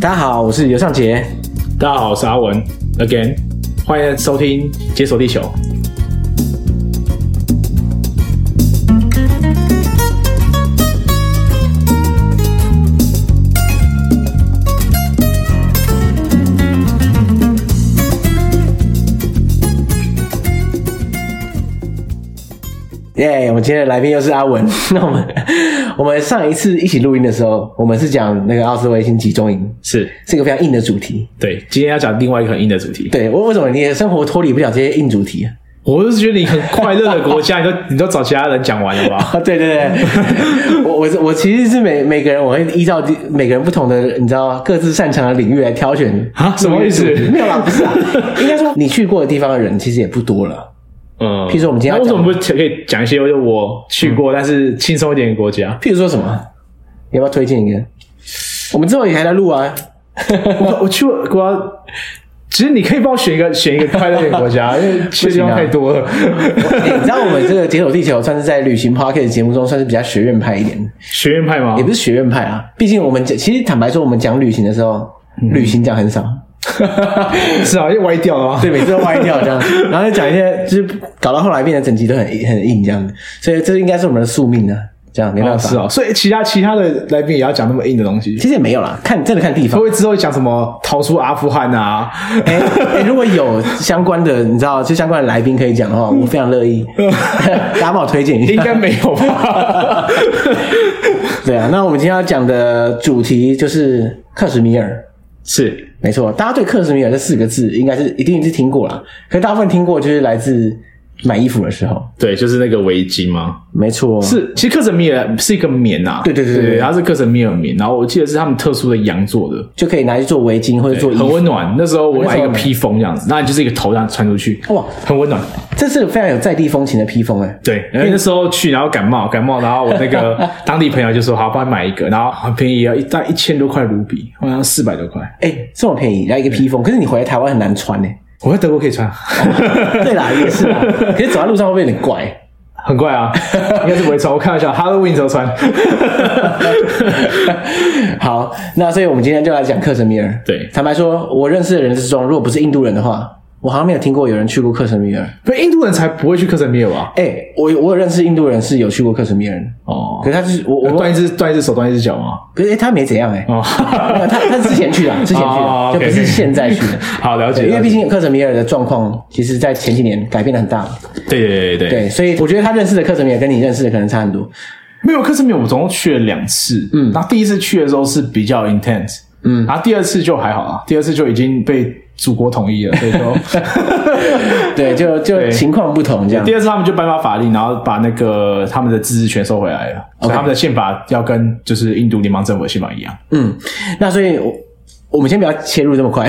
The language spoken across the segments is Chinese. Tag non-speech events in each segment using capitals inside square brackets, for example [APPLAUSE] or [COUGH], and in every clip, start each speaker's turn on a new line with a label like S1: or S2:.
S1: 大家好，我是尤尚杰。
S2: 大家好，我是阿文，again，欢迎收听《解锁地球》。
S1: 耶、我们今天的来宾又是阿文。 [LAUGHS] 那我们我们上一次一起录音的时候，我们是讲那个奥斯维辛集中营，
S2: 是
S1: 是一个非常硬的主题。
S2: 对，今天要讲另外一个很硬的主题。
S1: 对我为什么你的生活脱离不了这些硬主题啊？
S2: 我就是觉得你很快乐的国家，你都你 [LAUGHS] 都找其他人讲完了吧？
S1: [LAUGHS] 啊，对对对， [LAUGHS] 我我是我其实是每每个人我会依照每个人不同的，你知道各自擅长的领域来挑选。
S2: 啊，什么意思？
S1: 没有啦，不是啊， [LAUGHS] 应该说你去过的地方的人其实也不多了。
S2: [LAUGHS] 嗯，
S1: 譬如说我们今天要
S2: 那为什
S1: 讲嗯
S2: 么不可以讲一些就我去过、但是轻松一点的国
S1: [LAUGHS]
S2: 家？
S1: 譬如说什么，你要不要推荐一个？我们之后也还在录啊。
S2: 我我去过国家， [LAUGHS] 其实你可以帮我选一个选一个快乐一点的国
S1: [LAUGHS]
S2: 家，因为去的地方太多了。
S1: 欸、你知道我们这个《解锁地球》算是在旅行 p o c k e t 节目中算是比较学院派一点的，
S2: 学院派吗
S1: 也？不是学院派啊。毕竟我们讲，其实坦白说，我们讲旅行的时候，
S2: 嗯
S1: 旅行讲很少，
S2: 是啊，又歪掉了吗？
S1: 对，每次都歪掉
S2: [LAUGHS]
S1: 这样，然后就讲一些，就是搞到后来变成整集都很很硬这样子，所以这应该是我们的宿命啊，这样没办
S2: 哦
S1: 法。
S2: 是啊，所以其他其他的来宾也要讲那么硬的东西。
S1: 其实也没有啦，看真的看地
S2: 会
S1: 方
S2: [LAUGHS] 不。会之后讲什么逃出阿富汗啊？ [LAUGHS]
S1: 哎、欸如果有相关的，你知道，就相关的来宾可以讲的话，我非常乐
S2: [LAUGHS]
S1: 意，大家帮我推荐一下。
S2: 嗯应该没有
S1: [LAUGHS]
S2: 吧？
S1: 对啊，那我们今天要讲的主题就是克什米尔。
S2: 是
S1: 没错，大家对克什米尔这四个字应该是一定是听过啦，可是大部分听过就是来自买衣服的时候。
S2: 对，就是那个围巾吗？
S1: 没错，
S2: 是，其实克什米尔是一个棉呐、啊，
S1: 对对对对对
S2: 它是克什米尔棉，然后我记得是他们特殊的羊做的，
S1: 就可以拿去做围巾或者做衣
S2: 很
S1: 服。
S2: 温暖。那时候我买一
S1: 那时
S2: 个
S1: 候
S2: 披风这样子，那你就是一个头这样穿出去，
S1: 哇，
S2: 很温暖。
S1: 这是非常有在地风情的披风哎、
S2: 对，因为那时候去，然后感冒，感冒，然后我那个 [LAUGHS] 当地朋友就说好，帮你买一个，然后很便宜啊，一大一千多块卢比，好像四百多块。
S1: 哎、这么便宜，然后一个披风，可是你回来台湾很难穿呢、欸
S2: [LAUGHS] 我在德国可以穿，
S1: 哦对啦，也是啦，啊可是走在路上会不会有点
S2: [LAUGHS]
S1: 怪？
S2: 很怪啊，应该是不会穿。我开玩笑，Halloween 时候穿。
S1: 好，那所以我们今天就来讲克什米尔。
S2: 对
S1: 坦白说，我认识的人之中，如果不是印度人的话，我好像没有听过有人去过克什米尔。
S2: [LAUGHS] 不，印度人才不会去克什米尔吧？
S1: 哎、我我有认识印度人是有去过克什米尔的，
S2: 哦啊
S1: 可，是他就是我我
S2: 断一只断一只手，断一只脚吗？
S1: 可是、欸、他没怎样哎、
S2: 哦，
S1: 没有他他之前
S2: [LAUGHS]
S1: 去的，之前去
S2: 哦
S1: 的，就不
S2: OK，OK
S1: 是现在去的。
S2: [LAUGHS] 好了解，
S1: 对因为
S2: 了
S1: 毕
S2: 解
S1: 竟克什米尔的状况，其实在前几年改变的很大，
S2: 对对对对对，
S1: 对，所以我觉得他认识的克什米尔跟你认识的可能差很多。
S2: 没有克什米尔，我总共去了两次，嗯，然后第一次去的时候是比较 intense，嗯，然后第二次就还好啊，第二次就已经被祖国统一了，所以 [LAUGHS] 就
S1: 对，就就
S2: 对
S1: 情况不同这样
S2: 第。二次他们就颁发法令，然后把那个他们的自治权收回来了，所以
S1: OK
S2: 他们的宪法要跟就是印度联邦政府的宪法一样，
S1: 嗯，那所以我我们先不要切入这么
S2: [LAUGHS]
S1: 快，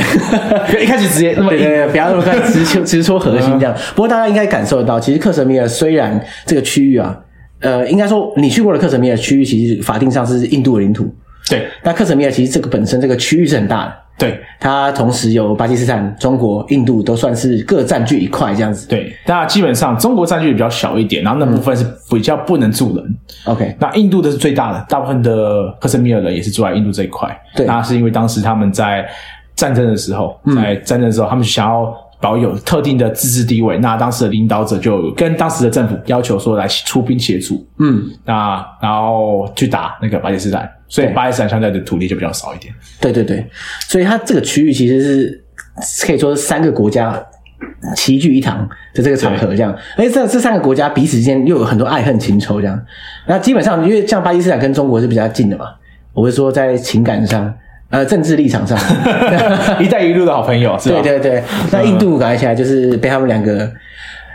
S2: 不要 [LAUGHS] 一开始直接那么
S1: 对对
S2: 硬，
S1: 对，
S2: [LAUGHS]
S1: 不要那么快直戳直戳核心这
S2: 嗯
S1: 样。不过大家应该感受得到，其实克什米尔虽然这个区域啊，呃，应该说你去过的克什米尔区域，其实法定上是印度的领土。
S2: 对
S1: 那克什米尔其实这个本身这个区域是很大的，
S2: 对
S1: 它同时有巴基斯坦、中国、印度都算是各占据一块这样子。
S2: 对，那基本上中国占据比较小一点，然后那部分是比较不能住人，
S1: OK，
S2: 那印度的是最大的，大部分的克什米尔人也是住在印度这一块。
S1: 对嗯
S2: 那是因为当时他们在战争的时候，在战争的时候，他们想要保有特定的自治地位。那当时的领导者就跟当时的政府要求说来出兵协助，
S1: 嗯，
S2: 那然后去打那个巴基斯坦，所以
S1: 对
S2: 巴基斯坦相对的土地就比较少一
S1: [LAUGHS]
S2: 点。
S1: 对对对，所以它这个区域其实是可以说是三个国家齐聚一堂的这个场合这样，而且这这三个国家彼此之间又有很多爱恨情仇这样。那基本上因为像巴基斯坦跟中国是比较近的嘛，我是说在情感上，呃，政治立场
S2: [LAUGHS]
S1: 上，
S2: 啊一带一路的好朋友是吧？
S1: 对对对。那印度感觉起来就是被他们两个，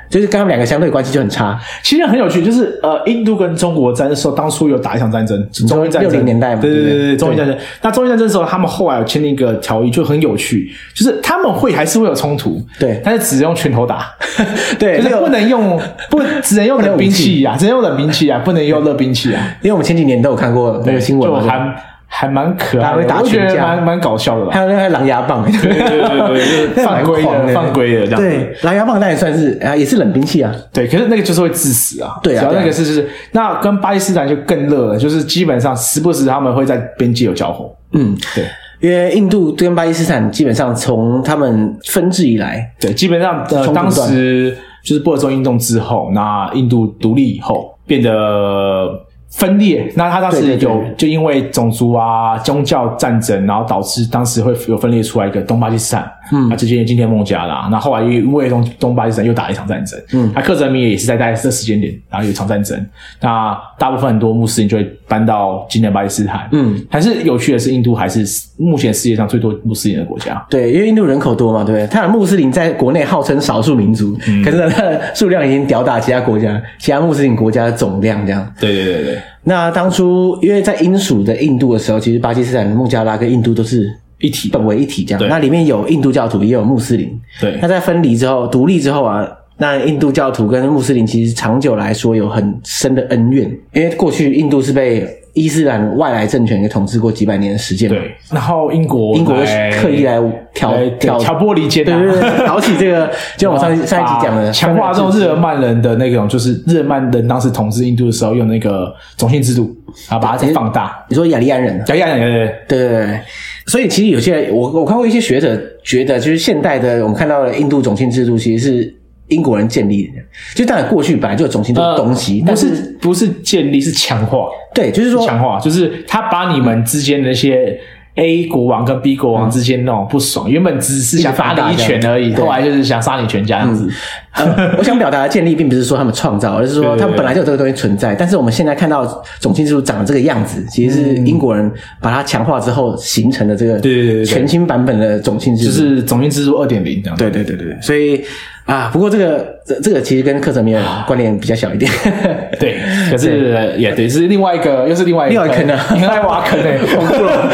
S1: 就是跟他们两个相对关系就很差。
S2: 其实很有趣，就是呃，印度跟中国在那时候当初有打一场战争，中印战争
S1: 60年代嘛
S2: 对对
S1: 对
S2: 对
S1: 不对
S2: 对，中印战争。那中印战争的时候，他们后来有签订一个条约，就很有趣，就是他们会还是会有冲突，
S1: 对
S2: 但是只用拳头打，
S1: [LAUGHS] 对，
S2: 就是
S1: 那个
S2: 不能用不只能用冷兵器
S1: [LAUGHS]
S2: 啊，只能用冷兵器啊，不能用热兵器啊。
S1: 因为我们前几年都有看过 [LAUGHS] 那个新闻
S2: 就
S1: 嘛，对吧
S2: 还还蛮可爱
S1: 大家
S2: 的，
S1: 会打
S2: 我觉
S1: 群
S2: 得
S1: 架
S2: 蛮蛮搞笑的
S1: 还 [LAUGHS]
S2: 吧。
S1: 有那个狼牙棒，[LAUGHS]
S2: 对对对对对，就是犯
S1: 那
S2: 规
S1: 蛮狂的
S2: 的，犯规的这样。
S1: 对，狼牙棒当然算是啊，也是冷兵器啊。
S2: 对，可是那个就是会致死啊。
S1: 对啊
S2: 只要
S1: 对啊
S2: 那个是就是，那跟巴基斯坦就更热了，就是基本上时不时他们会在边界有交火。
S1: 嗯，
S2: 对，
S1: 因为印度跟巴基斯坦基本上从他们分治以来，
S2: 对，基本上
S1: 冲
S2: 呃，
S1: 突
S2: 当
S1: 段
S2: 时就是波尔州运动之后，那印度独立以后变得呃分裂，那他当时有
S1: 对对对
S2: 就因为种族啊、宗教战争，然后导致当时会有分裂出来一个东巴基斯坦，嗯，那直接今天孟加拉，那后来又因为东东巴基斯坦又打了一场战争，嗯，那克什米尔也是在大概这时间点，然后有一场战争，那大部分很多穆斯林就会搬到今天的巴基斯坦，
S1: 嗯，
S2: 还是有趣的是，印度还是目前世界上最多穆斯林的国家，
S1: 对，因为印度人口多嘛，对不对？他的穆斯林在国内号称少数民族，
S2: 嗯
S1: 可是呢，他的数量已经吊打其他国家，其他穆斯林国家的总量这样。
S2: 对对对对。
S1: 那当初因为在英属的印度的时候，其实巴基斯坦、孟加拉跟印度都是
S2: 一体
S1: 本为一体这样
S2: 对。
S1: 那里面有印度教徒，也有穆斯林。
S2: 对
S1: 那在分离之后、独立之后啊，那印度教徒跟穆斯林其实长久来说有很深的恩怨，因为过去印度是被伊斯兰外来政权给统治过几百年的时间嘛。
S2: 对，然后英国
S1: 英国刻意来挑
S2: 来
S1: 挑
S2: 挑拨离间啊，
S1: 对对对，挑起
S2: [LAUGHS]
S1: 这个，就我上一上一集讲的
S2: 把强化这种日耳曼人的那种，就是日耳曼人当时统治印度的时候用那个种姓制度，然后把它再放大。
S1: 你说雅利安人啊，
S2: 对对对对
S1: 对对对，所以其实有些人我我看过一些学者觉得，就是现代的我们看到的印度种姓制度其实是英国人建立的，就当然过去本来就有种姓这个
S2: 呃
S1: 东西，
S2: 不
S1: 但
S2: 是
S1: 是
S2: 不是建立，是强化，
S1: 对，就是说
S2: 强化，就是他把你们之间的那些。A 国王跟 B 国
S1: 嗯
S2: 王之间那种不爽，原本只是想打你一拳而已，
S1: 对
S2: 后来就是想杀你全家这样子。
S1: 呃，我想表达的建立，并不是说他们创造，而是
S2: 对对
S1: 说
S2: 对
S1: 他们本来就有这个东西存在。但是我们现在看到种姓制度长得这个样子，其实是英国人把它强化之后形成的这个
S2: 对对对对对
S1: 全新版本的种姓制
S2: 就
S1: 度。
S2: 是种姓制度二点零这样子。
S1: 对对对对对，所以啊，不过这个这这个其实跟克什米尔关联比较小一点。
S2: [LAUGHS] 对，可是呃也对，是另外一个，又 [LAUGHS] 是另外
S1: 另外一个坑啊
S2: 你很爱挖坑欸诶、恐怖了。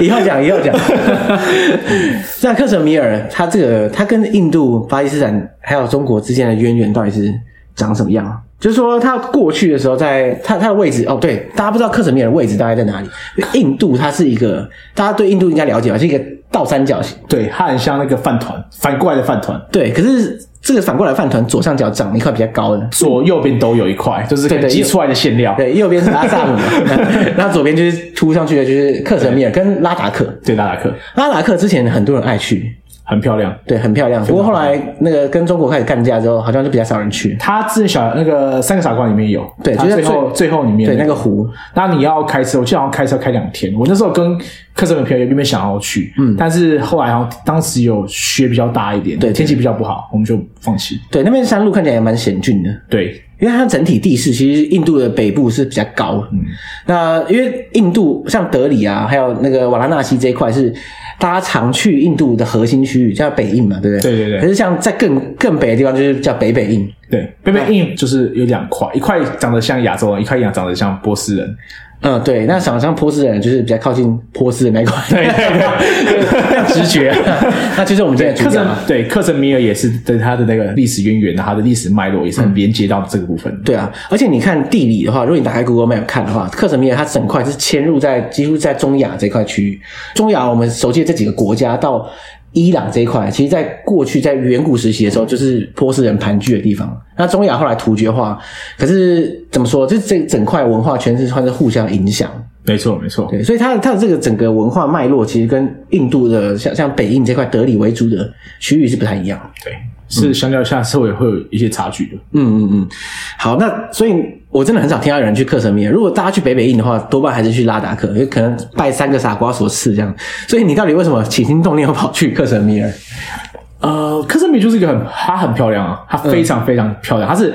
S1: [LAUGHS] 以后讲，以后讲。那克什米尔，他这个他跟印度、巴基斯坦还有中国之间的渊源到底是长什么样？就是说，他过去的时候在，他他的位置哦，对，大家不知道克什米尔的位置大概在哪里？因为印度它是一个，大家对印度应该了解吧，是一个倒三角形。
S2: 对，它很像那个饭团，反过来的饭团，
S1: 对，可是这个反过来饭团左上角长了一块比较高的，
S2: 左右边都有一块，就是
S1: 对对
S2: 挤出来的馅料。
S1: 对，右边是拉萨姆，然后左边就是凸上去的就是克什米尔跟拉达克。
S2: 对，拉达克
S1: 拉达克之前很多人爱去，
S2: 很漂亮。
S1: 对，很漂亮。不过后来那个跟中国开始干架之后，好像就比较少人去。
S2: 它之前小那个三个傻瓜里面有，
S1: 对
S2: 它
S1: 就是
S2: 最后最后里面
S1: 对，那
S2: 有
S1: 个湖，
S2: 那你要开车，我记得好像开车开两天。我那时候跟课程的朋友原本想要去，嗯，但是后来好像当时有雪比较大一点，
S1: 对对
S2: 天气比较不好，我们就放弃。
S1: 对，那边山路看起来也蛮险峻的，
S2: 对，
S1: 因为它整体地势其实印度的北部是比较高的。嗯，那因为印度像德里啊，还有那个瓦拉纳西这一块是大家常去印度的核心区域，叫北印嘛，对不对？
S2: 对对对
S1: 可是像在更更北的地方，就是叫北北印。
S2: 对，贝
S1: 嗯
S2: 贝印就是有两块，一块长得像亚洲人，一块长得像波斯 [LAUGHS] 人。
S1: 嗯，对，那想像波斯人就是比较靠近波斯的那一块，
S2: 哎对对啊
S1: 直觉， [LAUGHS] 那就是 [LAUGHS] 我们今天的
S2: 克
S1: 主角
S2: 什
S1: 嘛。
S2: 对克什米尔也是对它的那个历史渊源，它的历史脉络也是很连接到这个部分。
S1: 嗯对啊，而且你看地理的话，如果你打开 Google Map 看的话，克什米尔它整块是嵌入在几乎在中亚这块区域。中亚我们熟悉的这几个国家到伊朗这一块，其实在过去在远古时期的时候，就是波斯人盘踞的地方。那中亚后来突厥化，可是怎么说，就是这整块文化全是算是互相影响。
S2: 没错，没错。
S1: 对，所以它的它的这个整个文化脉络，其实跟印度的像像北印这块德里为主的区域是不太一样。
S2: 对，是相较下社会会有一些差距的。
S1: 嗯嗯嗯，好，那所以我真的很少听到有人去克什米尔。如果大家去北北印的话，多半还是去拉达克，也可能拜三个傻瓜所赐这样。所以你到底为什么起心动念要跑去克什米尔？
S2: 呃，克什米尔就是一个很，它很漂亮啊，它
S1: 嗯
S2: 非常非常漂亮。它是，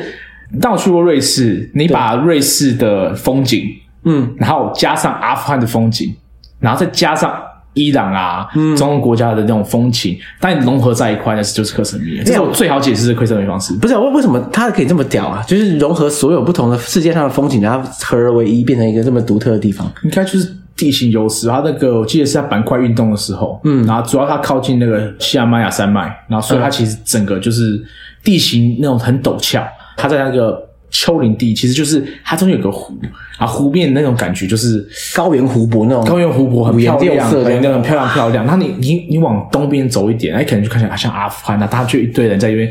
S2: 当我去过瑞士，你把瑞士的风景，
S1: 嗯，
S2: 然后加上阿富汗的风景，然后再加上。伊朗啊，中东国家的那种风情，但融合在一块，那是就是克什米尔。这是我最好解释的克什米尔方式。
S1: 不是啊为为什么他可以这么屌啊？就是融合所有不同的世界上的风景，然后合而为一，变成一个这么独特的地方。
S2: 应该就是地形优势。它那个我记得是在板块运动的时候，嗯，然后主要它靠近那个喜马拉雅山脉，然后所以它其实整个就是地形那种很陡峭，它在那个。丘陵地其实就是它中间有个湖啊，湖面那种感觉就是
S1: 高原湖泊那种，
S2: 哦高原湖泊很漂
S1: 五颜六
S2: 亮，
S1: 色的
S2: 很那种漂亮漂亮。然后你你你往东边走一点，哎，可能就看起来像阿富汗那大家就一堆人在那边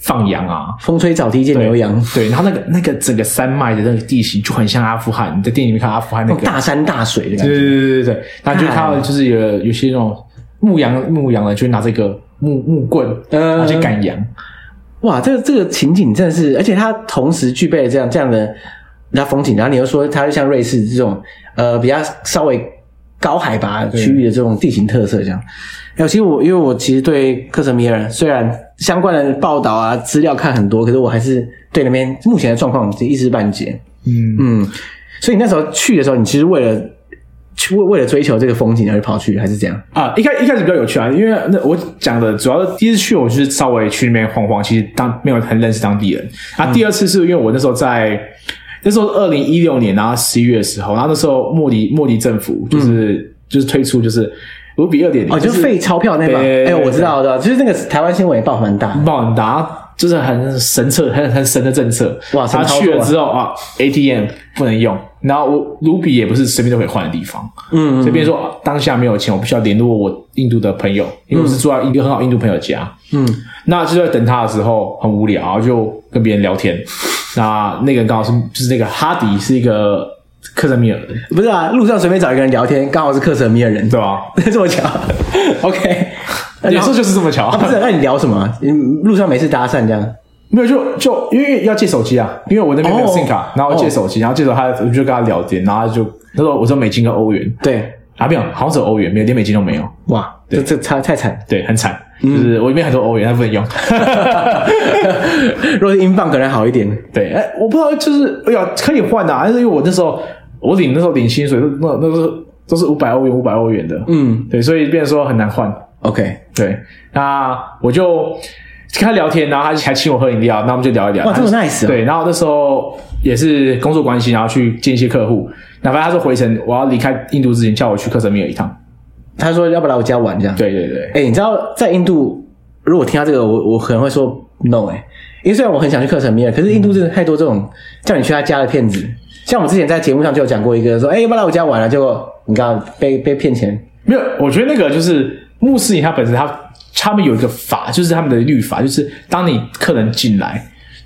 S2: 放羊啊，
S1: 风吹草低见牛羊，
S2: 对，然后那个那个整个山脉的那个地形就很像阿富汗，你在电影里面看阿富汗那
S1: 那
S2: 个
S1: 种，大山大水的感
S2: 对
S1: 觉。
S2: 对对对对对，然后就看到就是有有些那种牧羊牧羊人就会拿这个木木棍，然后去赶羊，
S1: 哇，这个这个情景真的是，而且它同时具备了这样这样的那风景，然后你又说它就像瑞士这种呃比较稍微高海拔区域的这种地形特色这样。哎，其实我因为我其实对克什米尔虽然相关的报道啊资料看很多，可是我还是对那边目前的状况一知半解。
S2: 嗯，
S1: 嗯，所以你那时候去的时候，你其实为了去为为了追求这个风景而跑去，还是怎样？
S2: 啊，一开一开始比较有趣啊，因为那我讲的主要第一次去，我就是稍微去那边晃晃，其实当没有很认识当地人。
S1: 嗯
S2: 啊，第二次是因为我那时候在。那时候二零一六年，然后十一月的时候，然后那时候莫迪莫迪政府就是、就是推出就是五比二点
S1: 嗯
S2: 零，
S1: 哦，就是废钞票那把，
S2: 对
S1: 哎，我知道，我知道，就是那个台湾新闻也报蛮大，
S2: 报很大，就是很神策、很很神的政策。
S1: 哇神
S2: 他
S1: 操作啊
S2: 去了之后啊，ATM 不能用，然后我卢比也不是随便都可以换的地方。
S1: 嗯，
S2: 随便说、啊当下没有钱，我必须要联络我印度的朋友，因为我是住在一个很好印度朋友家。
S1: 嗯，
S2: 那就在等他的时候很无聊，然后就跟别人聊天。那那个人刚好是就是那个哈迪是一个克什米尔人，
S1: 不是啊，路上随便找一个人聊天，刚好是克什米尔人， [LAUGHS]
S2: 对吧？
S1: 这么巧，OK，
S2: 有时候就是这么巧
S1: 啊，，不是，那你聊什么？嗯，路上没事搭讪这样，
S2: 没有，就就因为要借手机啊，因为我那边没有
S1: 哦
S2: SIM 卡，然后借手机，然后借手他，我就跟他聊天，然后他就那时候我说美金跟欧元
S1: 对，
S2: 啊，没有，好像只有欧元，没有连美金都没有，
S1: 哇，这这太太惨， [LAUGHS]
S2: 对，很惨，
S1: 嗯
S2: 就是我里面很多欧元，但不能用。 [LAUGHS]
S1: 如果是英镑可能好一点，
S2: 对，哎，我不知道，就是哎呀，可以换的、啊，但是因为我那时候我领那时候领薪水，那那时候都是五百欧元，五百欧元的，
S1: 嗯
S2: 对，所以变成说很难换。
S1: ，OK，
S2: 对，那我就跟他聊天，然后他还请我喝饮料，那我们就聊一聊。
S1: 哇这么
S2: 他
S1: nice 哦
S2: 对，然后那时候也是工作关系，然后去见一些客户。哪怕他说回程我要离开印度之前，叫我去克什米尔一趟。
S1: 他说要不来我家玩这样，
S2: 对对对，
S1: 哎、你知道在印度，如果听到这个，我我可能会说 no 哎、因为虽然我很想去克什米尔，可是印度真的太多这种叫你去他家的骗子。像我们之前在节目上就有讲过一个说，哎、要不要来我家玩啊？结果你刚被被骗钱，
S2: 没有，我觉得那个就是穆斯林他本身他他们有一个法，就是他们的律法，就是当你客人进来。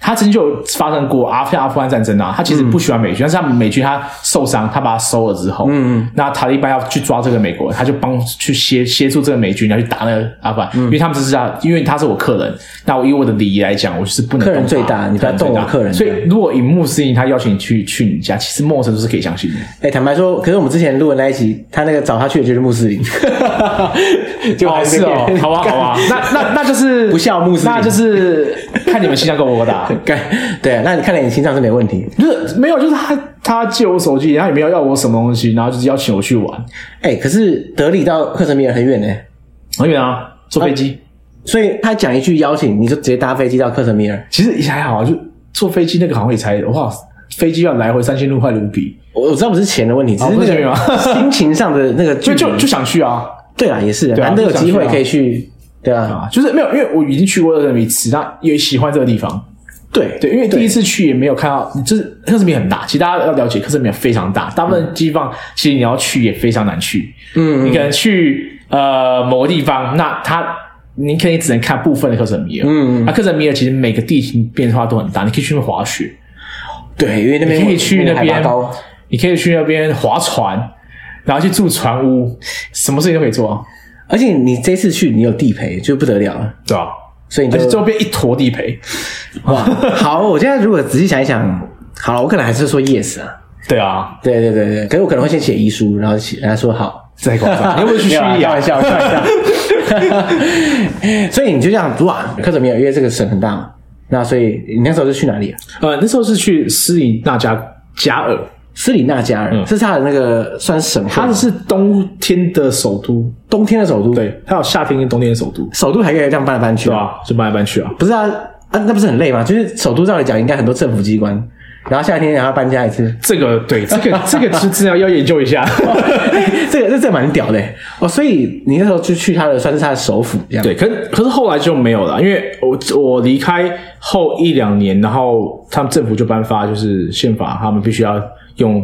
S2: 他曾经就有发生过阿富阿富汗战争啊，他其实不喜欢美军，但是他们美军他受伤，他把他收了之后，嗯，那塔利班要去抓这个美国人，他就帮去协协助这个美军，然后去打那个阿富汗，
S1: 嗯
S2: 因为他们只是他，因为他是我客人，那我以我的礼仪来讲，我就是不能
S1: 客人
S2: 动他啊
S1: 最大你不要动我客人
S2: 所以如果以穆斯林他邀请你去去你家，其实陌生都是可以相信的，
S1: 哎、坦白说，可是我们之前录的那一集，他那个找他去的就是穆斯林， [LAUGHS] 就
S2: 哦，
S1: 还
S2: 是哦
S1: 被，骗
S2: 好啊，好啊， [LAUGHS] 那那那 [LAUGHS] 就是
S1: 不孝穆斯林
S2: 那就是看你们形象够不够大。
S1: 干对，啊那你看来你心脏是没问题。
S2: [LAUGHS] 就是没有，就是他他借我手机，然后也没有要我什么东西，然后就是邀请我去玩，
S1: 哎、可是德里到克什米尔很远呢、
S2: 很远啊，坐飞机。
S1: 所以他讲一句邀请，你就直接搭飞机到克什米尔。
S2: 其实也还好啊，就坐飞机那个好像也才哇，飞机要来回三千六块卢比，
S1: 我我知道不是钱的问题，只是
S2: 哦不
S1: 那
S2: 是钱吗
S1: 个 [LAUGHS] 心情上的那个距
S2: 就
S1: 离
S2: 就就想去啊
S1: 对啦，也是啊
S2: 对啊
S1: 难得有
S2: 就想
S1: 机会
S2: 去啊
S1: 可以去，对啊，
S2: 啊，就是没有，因为我已经去过了一次，那也喜欢这个地方。
S1: 对嗯
S2: 对，因为第一次去也没有看到，就是克什米尔很大，其实大家要了解克什米尔非常大，大部分地方其实你要去也非常难去。嗯，你可能去呃某个地方，那它你可能只能看部分的克什米尔。嗯，那克什米尔其实每个地形变化都很大，你可以去那边滑雪，
S1: 对，因为那边
S2: 你可以去那
S1: 海拔
S2: 边
S1: 高，
S2: 你可以去那边划船，然后去住船屋，什么事情都可以做啊，
S1: 而且你这次去你有地陪就不得了了，
S2: 对吧？
S1: 所以你
S2: 而且
S1: 就
S2: 周边一坨地陪，
S1: [LAUGHS] 哇，好，我现在如果仔细想一想，好了，我可能还是说 yes 啊，
S2: 对啊，
S1: 对对对对，可是我可能会先写遗书，然后写然后说 [LAUGHS] 好，
S2: 这太夸张，你会不会
S1: [LAUGHS]
S2: 去
S1: 没
S2: 叙
S1: 有啊开
S2: 利亚
S1: 玩？笑，开玩笑， [LAUGHS] 所以你就这样啊哇，克什米尔因为这个省很大嘛，那所以你那时候是去哪里啊？
S2: [LAUGHS] 呃，那时候是去斯里那加加尔，
S1: 斯里纳加尔，这是他的那个算是省会，
S2: 它是冬天的首都，
S1: 冬天的首都，，
S2: 对，它有夏天跟冬天的首都，
S1: 首都还可以这样搬来搬去
S2: 对。吧？就搬来搬去啊。
S1: 不是啊，啊，那不是很累吗？就是首都照理讲应该很多政府机关，然后夏天然后搬家一次，
S2: 这个 [LAUGHS] 对，这个这个是真的要研究一下。
S1: [LAUGHS] 这个这这蛮屌的欸哦。所以你那时候就去他的算是他的首府这样。，
S2: [LAUGHS] 对，可是可是后来就没有了，因为我我离开后一两年，然后他们政府就颁发就是宪法，他们必须要用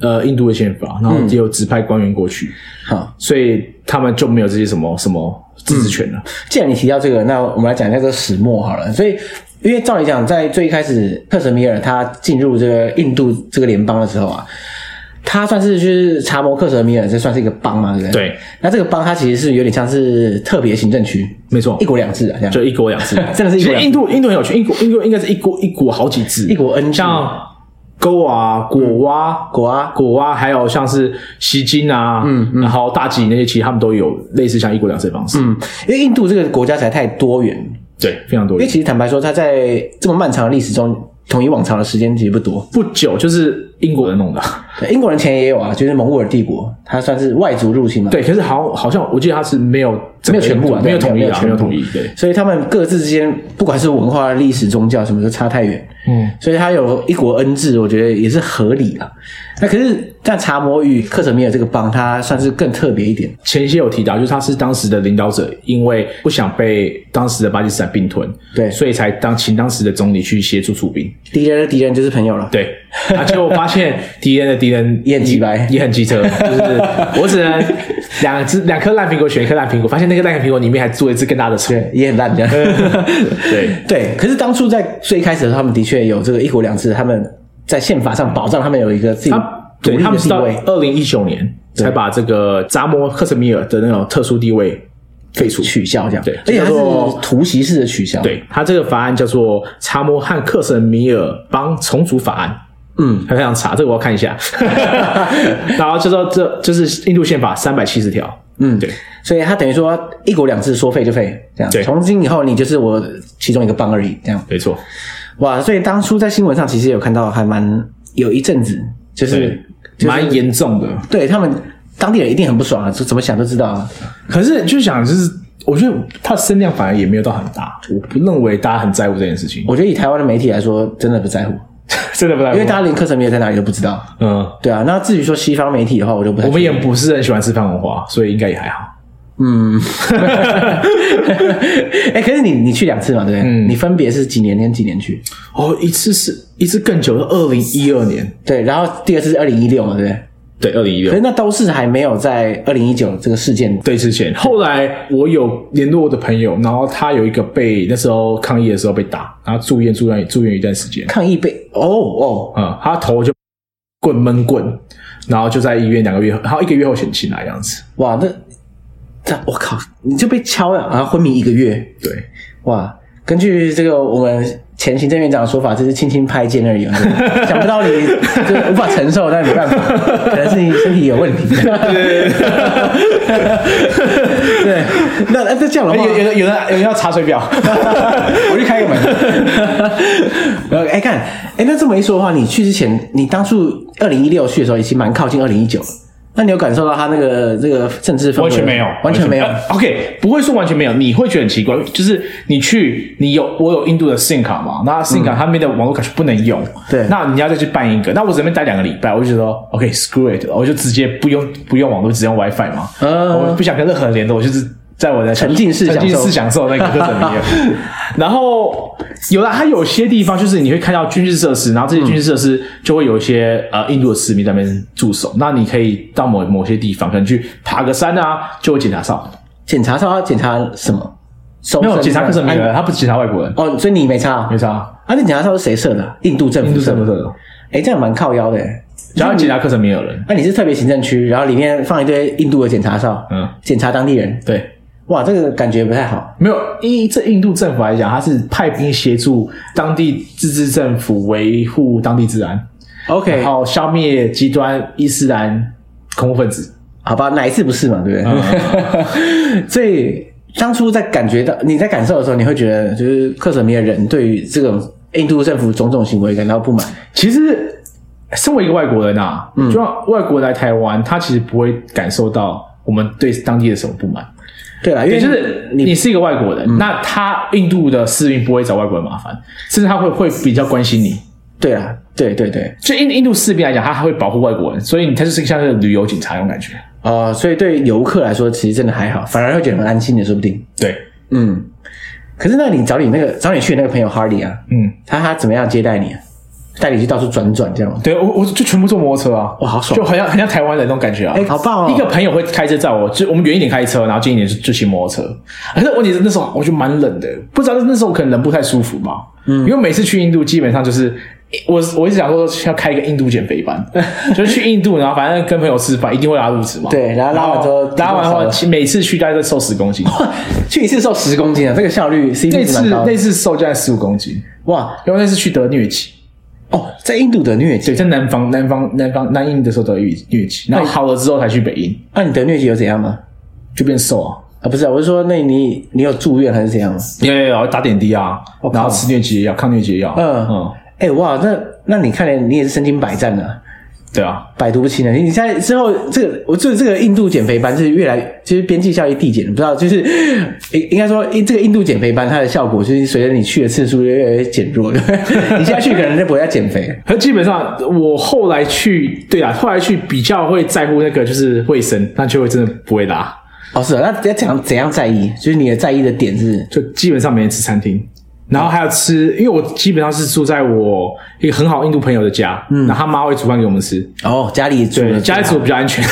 S2: 呃印度的宪法，然后也有指派官员过去，
S1: 好，
S2: 所以他们就没有这些什么什么自治权了。
S1: 既然你提到这个，那我们来讲一下这个始末好了。所以因为照理讲，在最一开始，克什米尔他进入这个印度这个联邦的时候啊，他算是就是查谟克什米尔，这算是一个邦嘛，对不对？
S2: 对。
S1: 那这个邦它其实是有点像是特别行政区，
S2: 没错
S1: 一，国两制啊，这样。，
S2: 就一国两 [LAUGHS] 制
S1: 真的是一
S2: 其
S1: 国两
S2: 实
S1: 制
S2: 印度印度很有趣，印度印度应该是一国一国好几制，
S1: 一国 N 制
S2: 像勾
S1: 嗯
S2: 啊、果哇、
S1: 果啊，
S2: 果啊，还有像是西京啊，嗯，然后大吉那些，其实他们都有类似像一国两制的方式，
S1: 嗯，因为印度这个国家实在太多元，
S2: 对，非常多
S1: 因为。其实坦白说，它在这么漫长的历史中，统一王朝的时间其实不多。
S2: 不久就是英国人弄的，
S1: 对，英国人前也有啊，就是蒙古尔帝国，它算是外族入侵嘛。
S2: 对，可是好好像我记得他是没有
S1: 没有全部啊
S2: 没有
S1: 对
S2: 统一啊，
S1: 没
S2: 没
S1: 有
S2: 有
S1: 统
S2: 统
S1: 一
S2: 一，对，
S1: 所以他们各自之间，不管是文化、历史、宗教什么，都差太远。
S2: 嗯，
S1: 所以它有一国恩制，我觉得也是合理啊。那可是，但查谟与克什米尔这个邦，它算是更特别一点。
S2: 前些有提到，就是他是当时的领导者，因为不想被当时的巴基斯坦并吞，
S1: 对
S2: 所以才当请当时的总理去协助出兵。
S1: 敌人的敌人就是朋友了。 [LAUGHS]
S2: 对，而且我发现敌人的敌人
S1: 也很鸡掰
S2: 也很机车，就是我只能两只两颗烂苹果选一颗烂苹果，发现那个烂苹果里面还做一只更大的虫。
S1: 对，也很烂这样。
S2: [LAUGHS] 对
S1: [LAUGHS] 对，可是当初在最开始的时候，他们的确有这个一国两制，他们在宪法上保障他们有一个自己
S2: 他
S1: 独
S2: 啊对
S1: 立
S2: 他
S1: 的
S2: 们是
S1: 地
S2: 到
S1: 位，
S2: 二零一九年才把这个扎摩克什米尔的那种特殊地位废除。
S1: 取消这样。
S2: 对
S1: 而且它
S2: 叫做
S1: 是突袭式的取消。，
S2: 对他这个法案叫做《查摩汉克什米尔邦重组法案》。
S1: 嗯，
S2: 还非常查，这个我要看
S1: [LAUGHS]
S2: 一下。然后就说这就是印度宪法三百七十条，嗯，对
S1: 所以他等于说一国两制，说废就废，这样。
S2: 对
S1: 从今以后你就是我其中一个邦而已，这样。
S2: 没错，
S1: 哇，所以当初在新闻上其实有看到，还蛮有一阵子，就是
S2: 对，蛮严重的。
S1: 对他们当地人一定很不爽啊，就怎么想都知道啊。
S2: 可是就想就是，我觉得它的声量反而也没有到很大，我不认为大家很在乎这件事情，
S1: 我觉得以台湾的媒体来说，真的不在乎，
S2: [LAUGHS] 真的不在乎，
S1: 因为大家连克什米尔在哪里都不知道。
S2: 嗯，
S1: 对啊，那至于说西方媒体的话，我就不太
S2: 我们
S1: 确
S2: 也
S1: 定
S2: 不是很喜欢吃番文化，所以应该也还好。
S1: 嗯， [LAUGHS] 哎、可是你你去两次嘛，对不对？你分别是几年跟几年去？
S2: 哦，一次是一次更久，是二零一二年，
S1: 对，然后第二次是二零一六嘛，对不对？
S2: 对，二零一
S1: 可
S2: 六
S1: 是。那都是还没有在二零一九这个事件
S2: 对，之前后来我有联络我的朋友，然后他有一个被那时候抗议的时候被打，然后住院住院住院一段时间，
S1: 抗议被哦哦，
S2: 嗯，他头就棍闷棍，然后就在医院两个月，然后一个月后显清来这样子。
S1: 哇，那这我靠，你就被敲了，然后昏迷一个月，
S2: 对，
S1: 哇！根据这个我们前行政院长的说法，这是轻轻拍肩而已嘛，对不对 [LAUGHS] 想不到你就无法承受，但没办法，可能是你身体有问题。对 [LAUGHS] 对，那那那这样的话，
S2: 哎有有人有人要查水 [LAUGHS] 表，
S1: [LAUGHS] 我去开个门。然后哎看，哎那这么一说的话，你去之前，你当初二零一六去的时候，已经蛮靠近二零一九了。那你有感受到他那个这个政治氛围吗
S2: 完全没有，
S1: 完全没有。
S2: 呃 OK，不会说完全没有，你会觉得很奇怪，就是你去，你有我有印度的 SIM 卡嘛，那 SIM 卡他们的网络卡是不能用，
S1: 对
S2: 那你要再去办一个，那我只能待两个礼拜，我就觉得 OK screw it，我就直接不用不用网络，只用 WiFi 嘛，
S1: 嗯
S2: 我不想跟任何人联络，我就是。在我的
S1: 沉浸式享受
S2: 沉浸式享受那个课程里面，然后有了它有些地方就是你会看到军事设施，然后这些军事设施就会有一些、呃印度的市民在那边驻守，那你可以到某某些地方，可能去爬个山啊，就会检查哨，
S1: 检查是要检查什么？搜
S2: 没有
S1: 身
S2: 检查克什米
S1: 安
S2: 尔，他不检查外国人，
S1: 哎哦，所以你没查啊
S2: 没？查，
S1: 啊，那检查哨是谁设的啊？印度政
S2: 印
S1: 府
S2: 度
S1: 设
S2: 什么
S1: 的。
S2: 的，
S1: 哎，这样蛮靠腰的欸。
S2: 然后检查克什米尔人，
S1: 那你是特别行政区，然后里面放一堆印度的检查哨，
S2: 嗯，
S1: 检查当地人。
S2: 对，
S1: 哇，这个感觉不太好。
S2: 没有，依这印度政府来讲，他是派兵协助当地自治政府维护当地治安，
S1: OK，
S2: 然后消灭极端伊斯兰恐怖分子。
S1: 好吧，哪一次不是嘛，对不对？
S2: 啊
S1: [LAUGHS] 所以当初在感觉到你在感受的时候，你会觉得就是克什米尔人对于这种印度政府种种行为感到不满。
S2: 其实，身为一个外国人啊，就像外国人来台湾，他其实不会感受到我们对当地的什么不满。
S1: 对啦，因为
S2: 对，就是
S1: 你
S2: 你嗯是一个外国人，那他印度的市民不会找外国人麻烦，甚至他会会比较关心你。
S1: 对啦，对对对，
S2: 就印印度士兵来讲，他还会保护外国人，所以他就是像那个旅游警察那种感觉。
S1: 哦、所以对游客来说，其实真的还好，反而会觉得很安心的，说不定。
S2: 对，
S1: 嗯，可是那你找你那个找你去的那个朋友 Hardy 啊，
S2: 嗯，
S1: 他他怎么样接待你啊？带你去到处转转这样。
S2: 对我我就全部坐摩托车啊，
S1: 哇好爽
S2: 就很像很像台湾人那种感觉啊。
S1: 哎好棒哦
S2: 一个朋友会开车载我，就我们远一点开车，然后近一点就就骑摩托车。可是问题是那时候我觉得蛮冷的，不知道那时候可能人不太舒服吧。嗯，因为每次去印度基本上就是。我我一直想说要开一个印度减
S1: [LAUGHS]
S2: 肥班，就是去印度，然后反正跟朋友吃饭一定会拉肚子嘛。
S1: 对然后拉完之后
S2: 拉完
S1: 体重少
S2: 后
S1: 了
S2: 其每次去大概都瘦十
S1: [LAUGHS]
S2: 公斤，
S1: [LAUGHS] 去一次瘦十公斤啊，这个效率 CP
S2: 那
S1: 值
S2: 次
S1: 蛮高的
S2: 那次瘦将近十五公斤，
S1: 哇
S2: 因为那次去得疟疾，
S1: 哦，在印度的疟疾
S2: 对，，在南方南方南方南印的时候得疟疟疾，然后好了之后才去北印。
S1: 啊那、你得疟疾有怎样吗？
S2: 就变瘦啊。
S1: 啊，不是、啊，我是说，那你你有住院还是怎样吗？
S2: 有有有，打点滴啊，
S1: 我靠
S2: 然后吃疟疾药、抗疟疾药。
S1: 嗯
S2: 嗯，
S1: 哎、哇，那那你看来你也是身经百战啊，
S2: 对啊，
S1: 百毒不侵的。你现在之后这个，我这这个印度减肥班是越来就是边际效益递减，不知道就是应应该说，诶这个印度减肥班它的效果就是随着你去的次数越来越减弱， [LAUGHS] 对不对？你现在去可能就不会再减肥。
S2: 可基本上我后来去，对啦，后来去比较会在乎那个就是卫生，那就会真的不会拉，
S1: 哦，是、啊，那要怎样怎样在意？就是你的在意的点是
S2: 就基本上每天吃餐厅。然后还有吃，因为我基本上是住在我一个很好印度朋友的家，嗯，然后他妈会煮饭给我们吃，
S1: 哦，家里煮
S2: 对，
S1: 的
S2: 家里煮比较安全，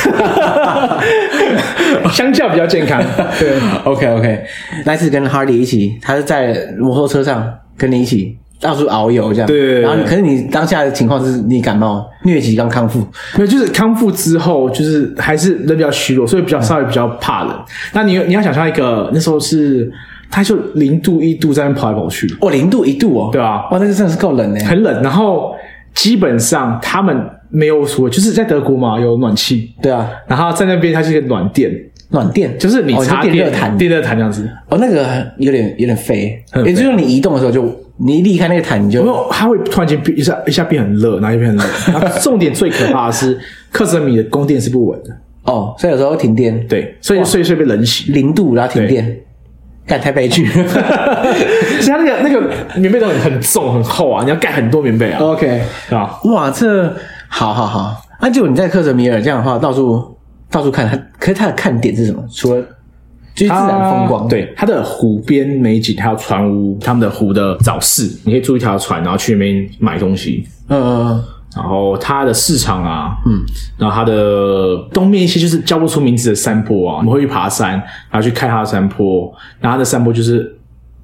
S2: 相较比较健康，对，
S1: [LAUGHS] OK OK，那次跟 Hardy 一起，他是在摩托车上跟你一起到处遨游这样。
S2: 对对对
S1: 然后你可是你当下的情况是你感冒，疟疾刚康复。
S2: 没有，就是康复之后，就是还是人比较虚弱，所以比较稍微比较怕冷。那你你要想象一个那时候是，他就零度一度在那边跑来跑去，
S1: 哦，零度一度哦。
S2: 对啊
S1: 哇，那个真的是够冷哎。
S2: 很冷。然后基本上他们没有所谓，就是在德国嘛有暖气，
S1: 对啊，
S2: 然后在那边它是一个暖垫，
S1: 暖垫
S2: 就是你
S1: 哦
S2: 插
S1: 电
S2: 电、
S1: 热毯。
S2: 电热毯这样子。
S1: 哦，那个有点有点废，
S2: 很
S1: 也
S2: 废
S1: 就是说你移动的时候就你一离开那个毯你
S2: 没
S1: 就
S2: 有，它会突然间变一下一下变很热，然后又变
S1: [LAUGHS]
S2: 很冷。然后重点最可怕的是，克什米的供电是不稳的，
S1: 哦，所以有时候停电，
S2: 对，所以所以所以被冷醒。
S1: 零度然后停电，干太悲剧
S2: [LAUGHS]
S1: 了。
S2: 所以它那个那个棉被都很很重很厚啊，你要盖很多棉被啊。
S1: OK，
S2: 啊，
S1: 哇，这好好好。那、就你在克什米尔这样的话，到处到处看，它可是它的看点是什么？除了就是自然风光，
S2: 它啊对它的湖边美景，还有船屋，他们的湖的早市，你可以租一条船，然后去那边买东西。
S1: 嗯，嗯嗯
S2: 然后它的市场啊，嗯，然后它的东面一些就是叫不出名字的山坡啊，我们会去爬山，然后去看它的山坡，然后它的山坡就是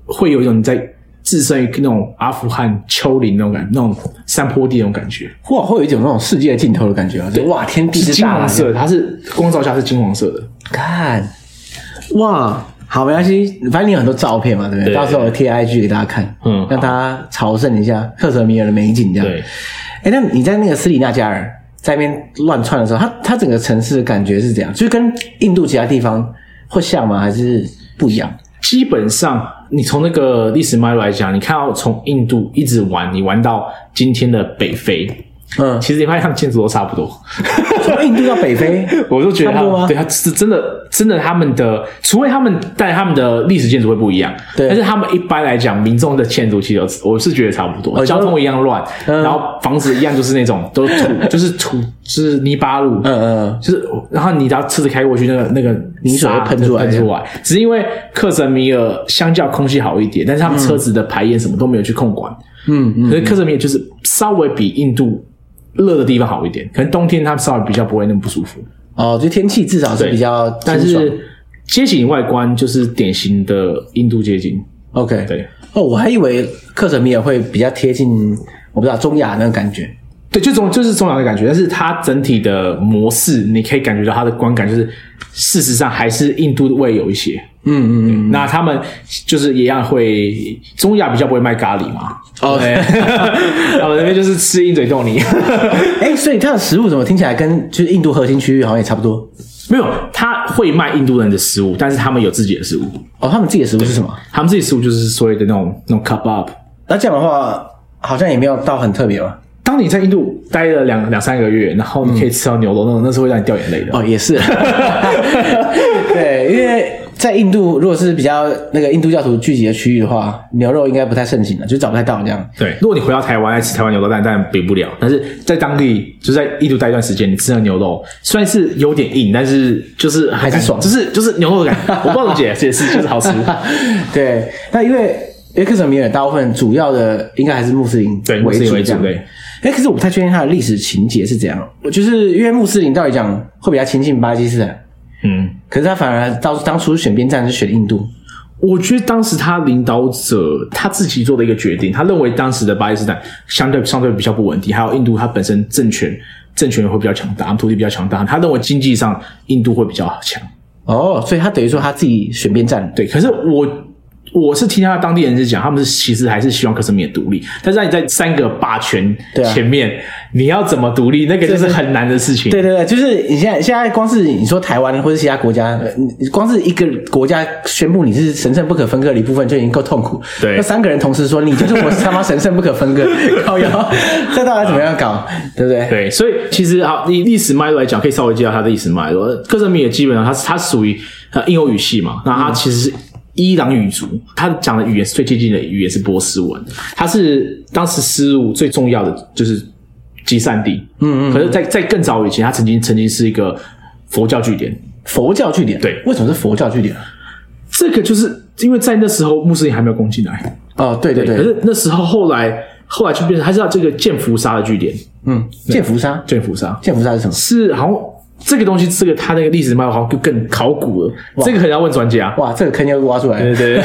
S2: 会有一种你在置身于那种阿富汗丘陵那种感，那种山坡地那种感觉，
S1: 哇，会有一种那种世界尽头的感觉啊！就哇，天地
S2: 是
S1: 之
S2: 金
S1: 大啊
S2: 黄色的，它是光照下是金黄色的，
S1: 看，哇，好，没关系，反正你有很多照片嘛，对不对？
S2: 对
S1: 到时候我贴 IG 给大家看，
S2: 嗯
S1: 让大家朝圣一下克什米尔的美景，这样。
S2: 对，
S1: 哎，那你在那个斯里纳加尔在那边乱窜的时候，它它整个城市的感觉是怎样？就是跟印度其他地方会像吗？还是不一样？
S2: 基本上，你从那个历史脉络来讲，你看到从印度一直玩，你玩到今天的北非，
S1: 嗯，
S2: 其实你发现他们建筑都差不多。
S1: 从印度到北非，
S2: 我就觉得
S1: 差不多吗啊
S2: 他，对他是真的，真的他们的，除非他们但他们的历史建筑会不一样，
S1: 对
S2: 但是他们一般来讲，民众的建筑其实都我是觉得差不
S1: 哦
S2: 多，交通一样乱，
S1: 嗯
S2: 然后房子一样就是那种都是
S1: [LAUGHS]
S2: 土，就是土，就是泥巴路，
S1: 嗯嗯，
S2: 就是，然后你只要车子开过去，那个那个
S1: 泥水
S2: 沙
S1: 会喷出来
S2: 喷出来。只是因为克什米尔相较空气好一点，但是他们车子的排烟什么都没有去控管，
S1: 嗯嗯，
S2: 可是克什米尔就是稍微比印度热的地方好一点，可能冬天它稍微比较不会那么不舒服，
S1: 哦，就天气至少是
S2: 对
S1: 比较清爽，
S2: 但是街景外观就是典型的印度街景，
S1: OK，
S2: 对
S1: 哦，我还以为克什米尔会比较贴近，我不知道中亚那个感觉，
S2: 对，就中就是中洋的感觉，但是它整体的模式你可以感觉到它的观感就是，事实上还是印度味有一些。
S1: 嗯嗯嗯，
S2: 那他们就是一样会，中亚比较不会卖咖喱嘛。
S1: 哦 [LAUGHS]
S2: 对，然后那边就是吃鹰嘴豆泥， [LAUGHS]
S1: 哎，所以它的食物怎么听起来跟就是印度核心区域好像也差不多？
S2: 没有，他会卖印度人的食物，但是他们有自己的食物，
S1: 哦，他们自己的食物是什么？
S2: 他们自己食物就是所谓的那种那种 kebab。
S1: 那这样的话，好像也没有到很特别吧？
S2: 当你在印度待了两两三个月，然后
S1: 嗯
S2: 你可以吃到牛肉，那种那是会让你掉眼泪的。
S1: 哦，也是， [LAUGHS] 对，因为在印度，如果是比较那个印度教徒聚集的区域的话，牛肉应该不太盛行了，就找不太到这样。
S2: 对，如果你回到台湾来吃台湾牛肉，但但比不了。但是在当地，就在印度待一段时间，你吃的牛肉虽然是有点硬，但是就是还
S1: 是爽
S2: 就是就是牛 [LAUGHS] 肉的感觉。我不知道怎么解解释，就是好吃。
S1: [LAUGHS] 对，那因为因为克什米尔大部分主要的应该还是穆斯林
S2: 对穆斯林
S1: 主
S2: 为主
S1: 这样
S2: 对。
S1: 哎、可是我不太确定它的历史情节是怎样，就是因为穆斯林到底讲会比较亲近巴基斯坦，
S2: 嗯，
S1: 可是他反而到当初选边站是选印度，
S2: 我觉得当时他领导者他自己做的一个决定，他认为当时的巴基斯坦相对相对比较不稳定，还有印度它本身政权政权会比较强大，土地比较强大，他认为经济上印度会比较强。
S1: 哦，所以他等于说他自己选边站，
S2: 对，可是我我是听他当地人士讲，他们是其实还是希望克什米尔独立，但是你在三个霸权
S1: 对啊
S2: 前面，你要怎么独立，那个就是很难的事情。
S1: 对对对，就是你现在现在光是你说台湾或是其他国家，呃你光是一个国家宣布你是神圣不可分割的一部分就已经够痛苦。
S2: 对
S1: 那三个人同时说你就是我他妈神圣不可分割，靠腰，这到底怎么样搞？对不对？
S2: 对，所以其实啊，以历史脉络来讲，可以稍微介绍它的历史脉络。克什米尔基本上它是它属于呃印欧语系嘛，那它其实是伊朗语族，它讲的语言是最接近的语言是波斯文，它是当时丝路最重要的就是集散地。嗯嗯可是在，在更早以前，它曾经曾经是一个佛教据点。
S1: 佛教据点，
S2: 对
S1: 为什么是佛教据点？
S2: 这个就是因为在那时候穆斯林还没有攻进来，
S1: 哦，对对
S2: 可
S1: 对，
S2: 是那时候后来后来就变成它是这个剑福沙的据点，
S1: 嗯，剑浮沙，
S2: 剑福沙。
S1: 剑浮沙是什么？
S2: 是好像这个东西，这个它那个历史脉络好像就更考古了，这个可能要问专家。
S1: 哇，这个坑又挖出来
S2: 对
S1: 了。
S2: 对对，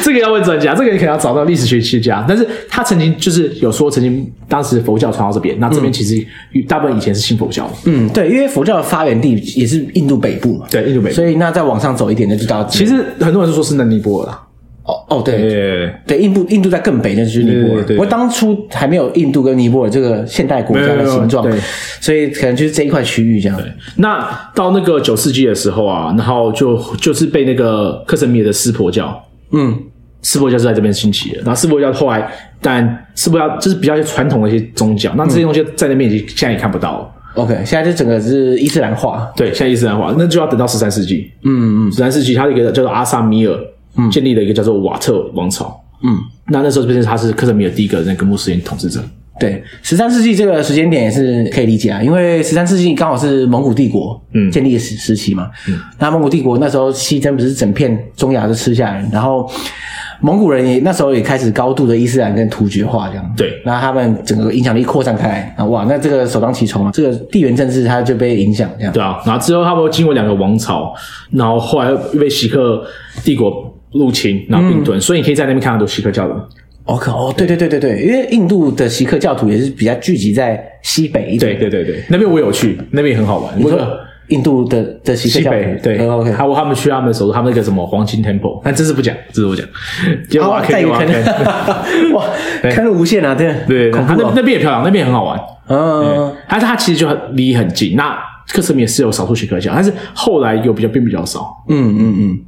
S2: [LAUGHS] 这个要问专家，这个你可能要找到历史学学家。但是他曾经就是有说，曾经当时佛教传到这边，那这边其实大部分以前是信佛教的，
S1: 嗯，对，因为佛教的发源地也是印度北部嘛，
S2: 对印度北部
S1: 所以那再往上走一点，那就到
S2: 其实很多人是说是那尼泊尔啦。
S1: 哦哦，对，
S2: 对，
S1: 对，印度印度在更北，那就是尼泊
S2: 对对
S1: 尔。
S2: 对对
S1: 不过当初还没有印度跟尼泊尔这个现代国家
S2: 没有
S1: 的
S2: 没有
S1: 形状
S2: 对，
S1: 所以可能就是这一块区域这样。
S2: 那到那个九世纪的时候啊，然后就就是被那个克什米尔的湿婆教
S1: 嗯，
S2: 斯波教是在这边兴起的，然后斯波教后来，但斯波教就是比较传统的一些宗教，那这些东西在那边已经现在也看不到了。
S1: OK，现在就整个是伊斯兰化。
S2: 对，现在伊斯兰化，那就要等到十三世纪。嗯嗯，十三世纪，它有一个叫做阿萨米尔，建立了一个叫做瓦特王朝。嗯，那那时候就是他是克什米尔第一个那个穆斯林统治者。
S1: 对，十三世纪这个时间点也是可以理解啊，因为十三世纪刚好是蒙古帝国
S2: 嗯
S1: 建立的时时期嘛。那蒙古帝国那时候西征不是整片中亚都吃下来，然后蒙古人也那时候也开始高度的伊斯兰跟突厥化这样。
S2: 对
S1: 那他们整个影响力扩散开来啊，哇，那这个首当其冲啊，这个地缘政治它就被影响这样。
S2: 对啊，然后之后他们又经过两个王朝，然后后来又被锡克帝国入侵，然后并
S1: 嗯
S2: 吞，所以你可以在那边看到很多锡克教的。
S1: 哦，可哦，对对对对对，因为印度的锡克教徒也是比较聚集在西北一
S2: 对
S1: 点。
S2: 对对对，那边我有去，那边也很好玩。
S1: 你
S2: 我
S1: 说印度的的锡克
S2: 西
S1: 教徒
S2: 北对，
S1: 嗯，OK，
S2: 还有他们去他们的首都，他们那个什么黄金 Temple，但这是不讲，这是不讲，结果挖
S1: 再一
S2: 坑就
S1: 个
S2: 挖
S1: 哦坑， [LAUGHS]
S2: 坑，
S1: 哇，坑无限啊，真的，
S2: 对，
S1: 恐
S2: 他
S1: 怖
S2: 那
S1: 哦
S2: 那边也漂亮，那边也很好玩，
S1: 嗯，
S2: 但是它其实就很离很近。那克什米尔是有少数学科教，但是后来有比较并比较少，
S1: 嗯嗯嗯，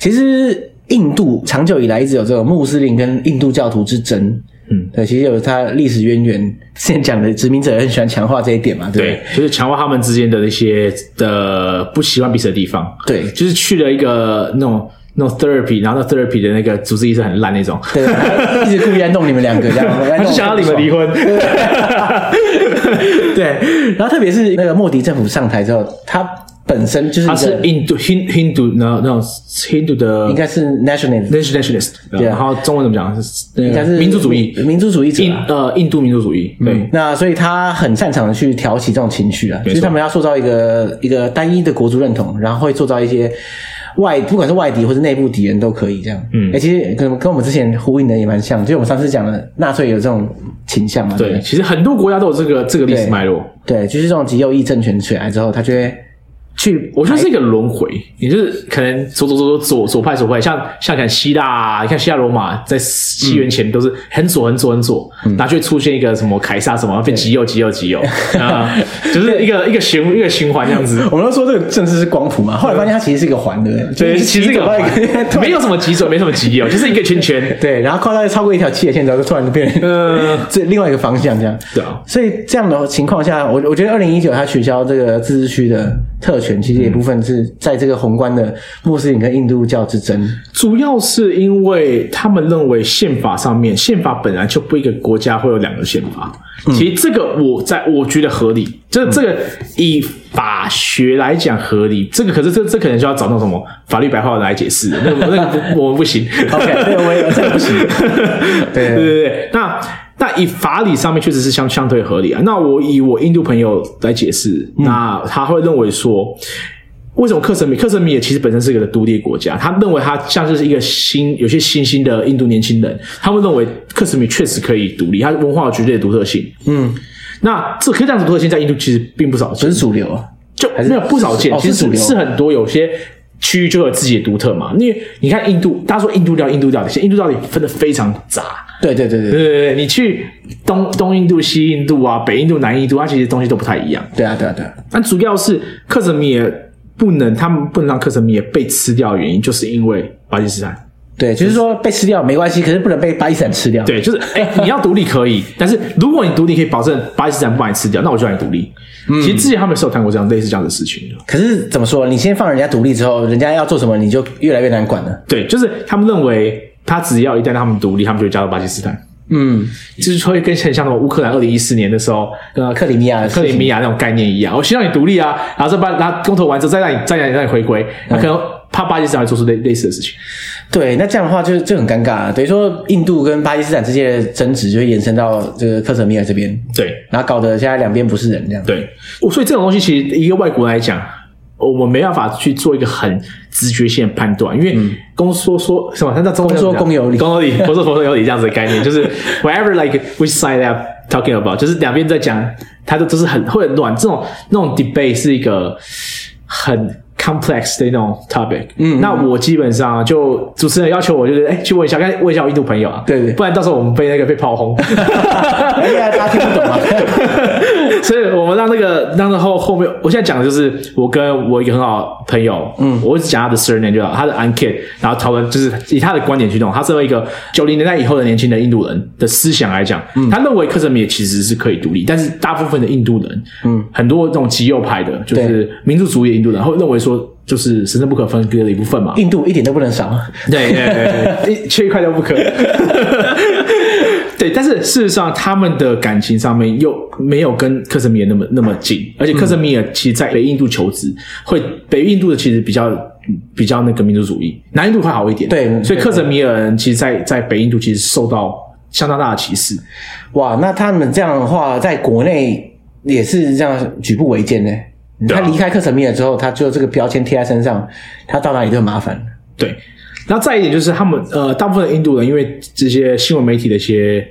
S1: 其实印度长久以来一直有这种穆斯林跟印度教徒之争。
S2: 嗯，
S1: 对，其实有它历史渊源。之前讲的殖民者也很喜欢强化这一点嘛，对不对？，
S2: 就是强化他们之间的一些的不喜欢彼此的地方，
S1: 对
S2: 就是去了一个那种。那种 therapy，然后那 therapy 的那个主治医生很烂那种，
S1: 对，他一直故意在弄你们两个这 [LAUGHS] 样，
S2: [LAUGHS] 他就想要你们离婚。
S1: [LAUGHS] 对，然后特别是那个莫迪政府上台之后，他本身就是
S2: [LAUGHS] 他
S1: 一
S2: 是
S1: 个
S2: 印度 Hin Hindu 那那种 Hindu 的
S1: 应该是 nationalist，
S2: nationalist，
S1: 对啊
S2: 然后中文怎么讲？是
S1: 应
S2: 应
S1: 该是
S2: 民族主义，
S1: 民族主义者嗯
S2: 印嗯
S1: 啊。
S2: 呃印度民族主义。对，
S1: 那所以他很擅长地去挑起这种情绪啊，就是他们要塑造一个一个单一的国族认同，然后会塑造一些外，不管是外敌或是内部敌人都可以这样。嗯，哎、其实跟跟我们之前呼应的也蛮像，就是我们上次讲的纳粹有这种倾向嘛，对不
S2: 对，其实很多国家都有这个这个历史脉络。
S1: 对，对，就是这种极右翼政权起来之后，他就会去
S2: 我觉得是一个轮回，也就是可能左左左左左左派左派，像像看希腊，你看希腊罗马在西元前都是很左很左很左，然后就会出现一个什么凯撒什么，然后变极右极右极右啊，就是一个一个循一个循环这样子。
S1: [LAUGHS] 我们都说这个政治是光谱嘛，后来发现它其实是一个环的，
S2: 啊对，
S1: 就是
S2: 其实这个
S1: 走到一 [LAUGHS] 对
S2: 没有什么极左，没什么极右，就是一个圈圈。
S1: 对，然后跨到超过一条界限之后，就突然就变成
S2: 呃，
S1: [LAUGHS] 这另外一个方向这样。
S2: 对啊，
S1: 所以这样的情况下，我我觉得二零一九它取消这个自治区的特权，其实也部分是在这个宏观的穆斯林跟印度教之争。
S2: 主要是因为他们认为宪法上面，宪法本来就不一个国家会有两个宪法。其实这个我在我觉得合理，这这个以法学来讲合理，这个可是这这可能就要找那种什么法律白话文来解释， [LAUGHS] 那个那个不我们不行。 [LAUGHS]
S1: OK，对，我也我这不行。对
S2: 对对对，那但以法理上面确实是相相对合理啊。那我以我印度朋友来解释，
S1: 嗯
S2: 那他会认为说，为什么克什米克什米也其实本身是一个独立国家，他认为他像是一个新有些新兴的印度年轻人，他们认为克什米确实可以独立，它文化有绝对的独特性。
S1: 嗯，
S2: 那这可以这样子独特性在印度其实并不少见
S1: 这，是主流啊。
S2: 就
S1: 还是
S2: 没有不少见，
S1: 哦
S2: 其
S1: 是主
S2: 实
S1: 流
S2: 是很多有些区域就有自己的独特嘛。因为你看印度，大家说印度料、印度料理，其实印度料理分的非常杂。
S1: 对对对对
S2: 对对对，你去东东印度、西印度啊、北印度、南印度，它其实东西都不太一样。
S1: 对啊对啊对啊，
S2: 但主要是克什米尔不能，他们不能让克什米尔被吃掉的原因，就是因为巴基斯坦。
S1: 对，就是说被吃掉没关系，可是不能被巴基斯坦吃掉。
S2: 对，就是哎、你要独立可以， [LAUGHS] 但是如果你独立可以保证巴基斯坦不把你吃掉，那我就让你独立。其实之前他们是有看过这样类似这样的事情啊的。
S1: 可是怎么说？你先放人家独立之后，人家要做什么你就越来越难管了。
S2: 对，就是他们认为，他只要一旦他们独立，他们就会加入巴基斯坦，
S1: 嗯，
S2: 就是会跟很像什么乌克兰二零一四年的时候，呃，
S1: 克
S2: 克
S1: 里米亚的事
S2: 克
S1: 情
S2: 里米亚那种概念一样，我先让你独立啊，然后再把然后公投完之后再让你再让你让你回归，那可能怕巴基斯坦会做出类类似的事情。
S1: 对，那这样的话就就很尴尬啊了。等于说，印度跟巴基斯坦之间的争执就会延伸到这个克什米尔这边，
S2: 对
S1: 然后搞得现在两边不是人这样。
S2: 对，我哦所以这种东西其实一个外国人来讲。我们没办法去做一个很直觉性的判断，因为公说说什么，他在中国
S1: 嗯公说公有理
S2: 公有理，公说公有理这样子的概念，就是 whatever like which side they are talking about，就是两边在讲，他都都是很会很乱，这种那种 debate 是一个很 complex 的那种 topic。嗯，那我基本上就主持人要求我就是，哎，去问一下，刚才问一下我印度朋友啊，
S1: 对对
S2: 不然到时候我们被那个被炮
S1: [LAUGHS]
S2: 轰。[LAUGHS]
S1: 哎呀，大家听不懂啊。 [LAUGHS]
S2: [LAUGHS] 所以我们让那个让那后后面，我现在讲的就是我跟我一个很好的朋友，嗯，我只讲他的 surname 就好，他的 unkid，然后讨论就是以他的观点去弄。他身为一个九零年代以后的年轻的印度人的思想来讲，他认为克什米尔其实是可以独立，但是大部分的印度人，嗯，很多这种极右派的，就是民族主义的印度人，会认为说就是神圣不可分割的一部分嘛，
S1: 印度一点都不能少。啊
S2: 对对对 [LAUGHS] 对，一缺一块都不可。对，但是事实上，他们的感情上面又没有跟克什米尔那么那么近，而且克什米尔其实在北印度求职，会北印度的其实比较比较那个民族主义，南印度会好一点。
S1: 对
S2: 所以克什米尔人其实在，在北印度其实受到相当大的歧视。
S1: 哇，那他们这样的话，在国内也是这样举步维艰呢。
S2: 对啊
S1: 他离开克什米尔之后，他就这个标签贴在身上，他到哪里都很麻烦。
S2: 对，然后再一点就是他们呃，大部分的印度人因为这些新闻媒体的一些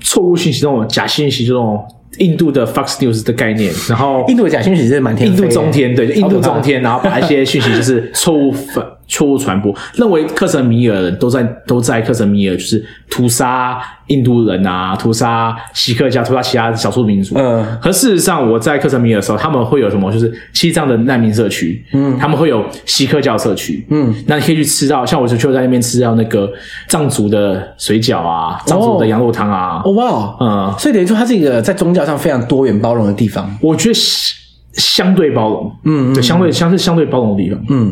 S2: 错误信息、这种假信息、这种印度的 Fox News 的概念，然后
S1: 印度的假讯息真的蛮天
S2: 印
S1: 飞的
S2: 度中天，对，就印度
S1: 好可怕
S2: 中天，然后把一些讯息 [LAUGHS] 就是错误反错误传播，认为克什米尔人都在都在克什米尔就是屠杀印度人啊，屠杀锡克家，屠杀其他少数民族。
S1: 嗯
S2: 可事实上我在克什米尔的时候，他们会有什么？就是西藏的难民社区，嗯，他们会有锡克教社区，嗯，那你可以去吃到，像我就就在那边吃到那个藏族的水饺啊，藏族的羊肉汤啊，
S1: 哦哇，
S2: 嗯
S1: 所以等于说，它是一个在宗教上非常多元包容的地方。
S2: 我觉得相相对包容，嗯，对，相对相对相对包容的地方，
S1: 嗯，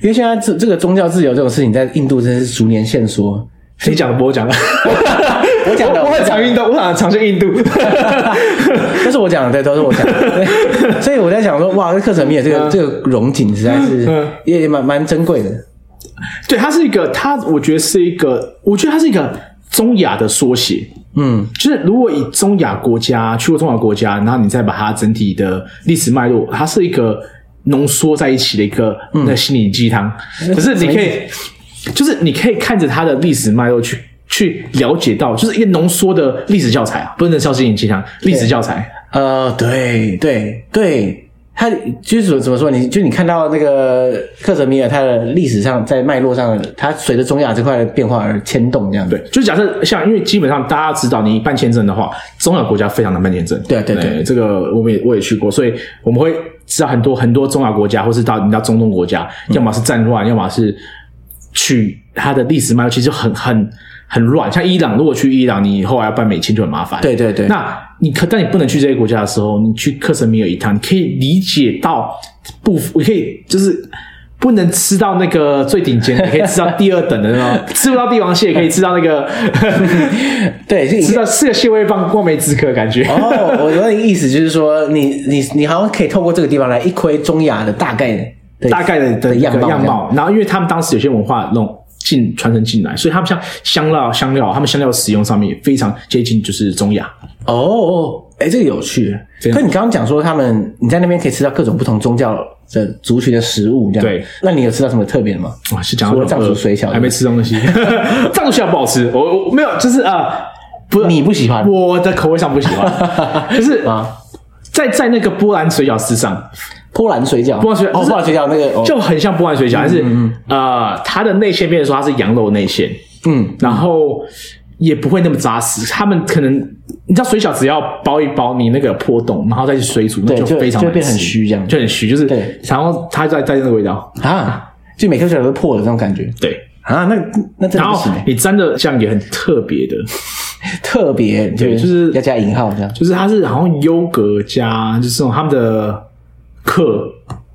S1: 因为现在这这个宗教自由这种事情，在印度真的是逐年限缩。 [LAUGHS]
S2: 你讲的不我讲的，
S1: 我讲的
S2: 我很常运动，我很常去
S1: [LAUGHS]
S2: 印度。
S1: 都是我讲的，对，都是我讲的。对所以我在想说，哇，这克什米尔这个、
S2: 嗯
S1: 这个荣景实在是
S2: 嗯
S1: 也也蛮蛮珍贵的。
S2: 对，它是一个，它我觉得是一个，我觉得它是一个中亚的缩写。
S1: 嗯，
S2: 就是如果以中亚国家去过中亚国家，然后你再把它整体的历史脉络，它是一个浓缩在一起的一个
S1: 嗯
S2: 那心灵鸡汤。可是你可以，就是你可以看着它的历史脉络去去了解到，就是一个浓缩的历史教材啊，不能叫心灵鸡汤，历史教材。
S1: 呃，对对对，他就是怎么怎么说？你就你看到那个克什米尔，它的历史上在脉络上，它随着中亚这块的变化而牵动，这样
S2: 对，就是假设像，因为基本上大家知道，你办签证的话，中亚国家非常难办签证。
S1: 对对对
S2: 这个我们也我也去过，所以我们会知道很多很多中亚国家，或是到你到中东国家，
S1: 嗯
S2: 要么是战乱，要么是去它的历史脉络，其实就很很很乱。像伊朗，如果去伊朗，你后来要办美签就很麻烦。
S1: 对对对
S2: 那你可但你不能去这些国家的时候，你去克什米尔一趟，你可以理解到不，你可以就是。不能吃到那个最顶尖的，你可以吃到第二等的那
S1: [LAUGHS]
S2: 种，吃不到帝王蟹，也可以吃到那个
S1: 对，这
S2: 吃到吃个蟹味棒，望梅止渴的感觉。
S1: 哦，我的意思就是说，你你你好像可以透过这个地方来一窥中亚的大概的
S2: 大概的
S1: 的
S2: 的
S1: 样
S2: 样
S1: 貌
S2: 貌。然后，因为他们当时有些文化那种进传承进来，所以他们像香料、香料，他们香料使用上面也非常接近就是中亚。
S1: 哦哦，哎、这个有趣。
S2: 非常
S1: 可你刚刚讲说他们你在那边可以吃到各种不同宗教的族群的食物，这样。
S2: 对。
S1: 那你有吃到什么特别的吗？
S2: 哇，是讲到
S1: 除了藏
S2: 很
S1: 族
S2: 饿
S1: 水饺
S2: 还没吃东
S1: [LAUGHS]
S2: 西，藏族水饺不好吃，我我没有，就是啊、呃不，
S1: 你不喜欢
S2: 我的口味上不喜欢，
S1: [LAUGHS]
S2: 就是
S1: 啊？
S2: 在在那个波兰水饺之上，
S1: 波兰水饺，
S2: 波兰水饺
S1: 哦，
S2: 就是
S1: 波兰水饺那个，哦
S2: 就很像波兰水饺，但是呃，它的内馅，变成说它是羊肉内馅，
S1: 嗯，
S2: 然后也不会那么扎实。他们可能你知道水饺只要包一包，你那个破洞，然后再去水煮，那
S1: 对就
S2: 非常
S1: 就
S2: 难吃
S1: 会变很虚这样
S2: 就很虚，就是
S1: 对
S2: 然后它再再那个味道，
S1: 啊，就每颗水饺都破了那种感觉
S2: 对。
S1: 啊，那那真
S2: 然
S1: 的不
S2: 后
S1: 行、欸，
S2: 你沾的酱也很特别的，
S1: 特别
S2: 对就是
S1: 要加引号这样。
S2: 就是它是好像优格加就是这种他们的克，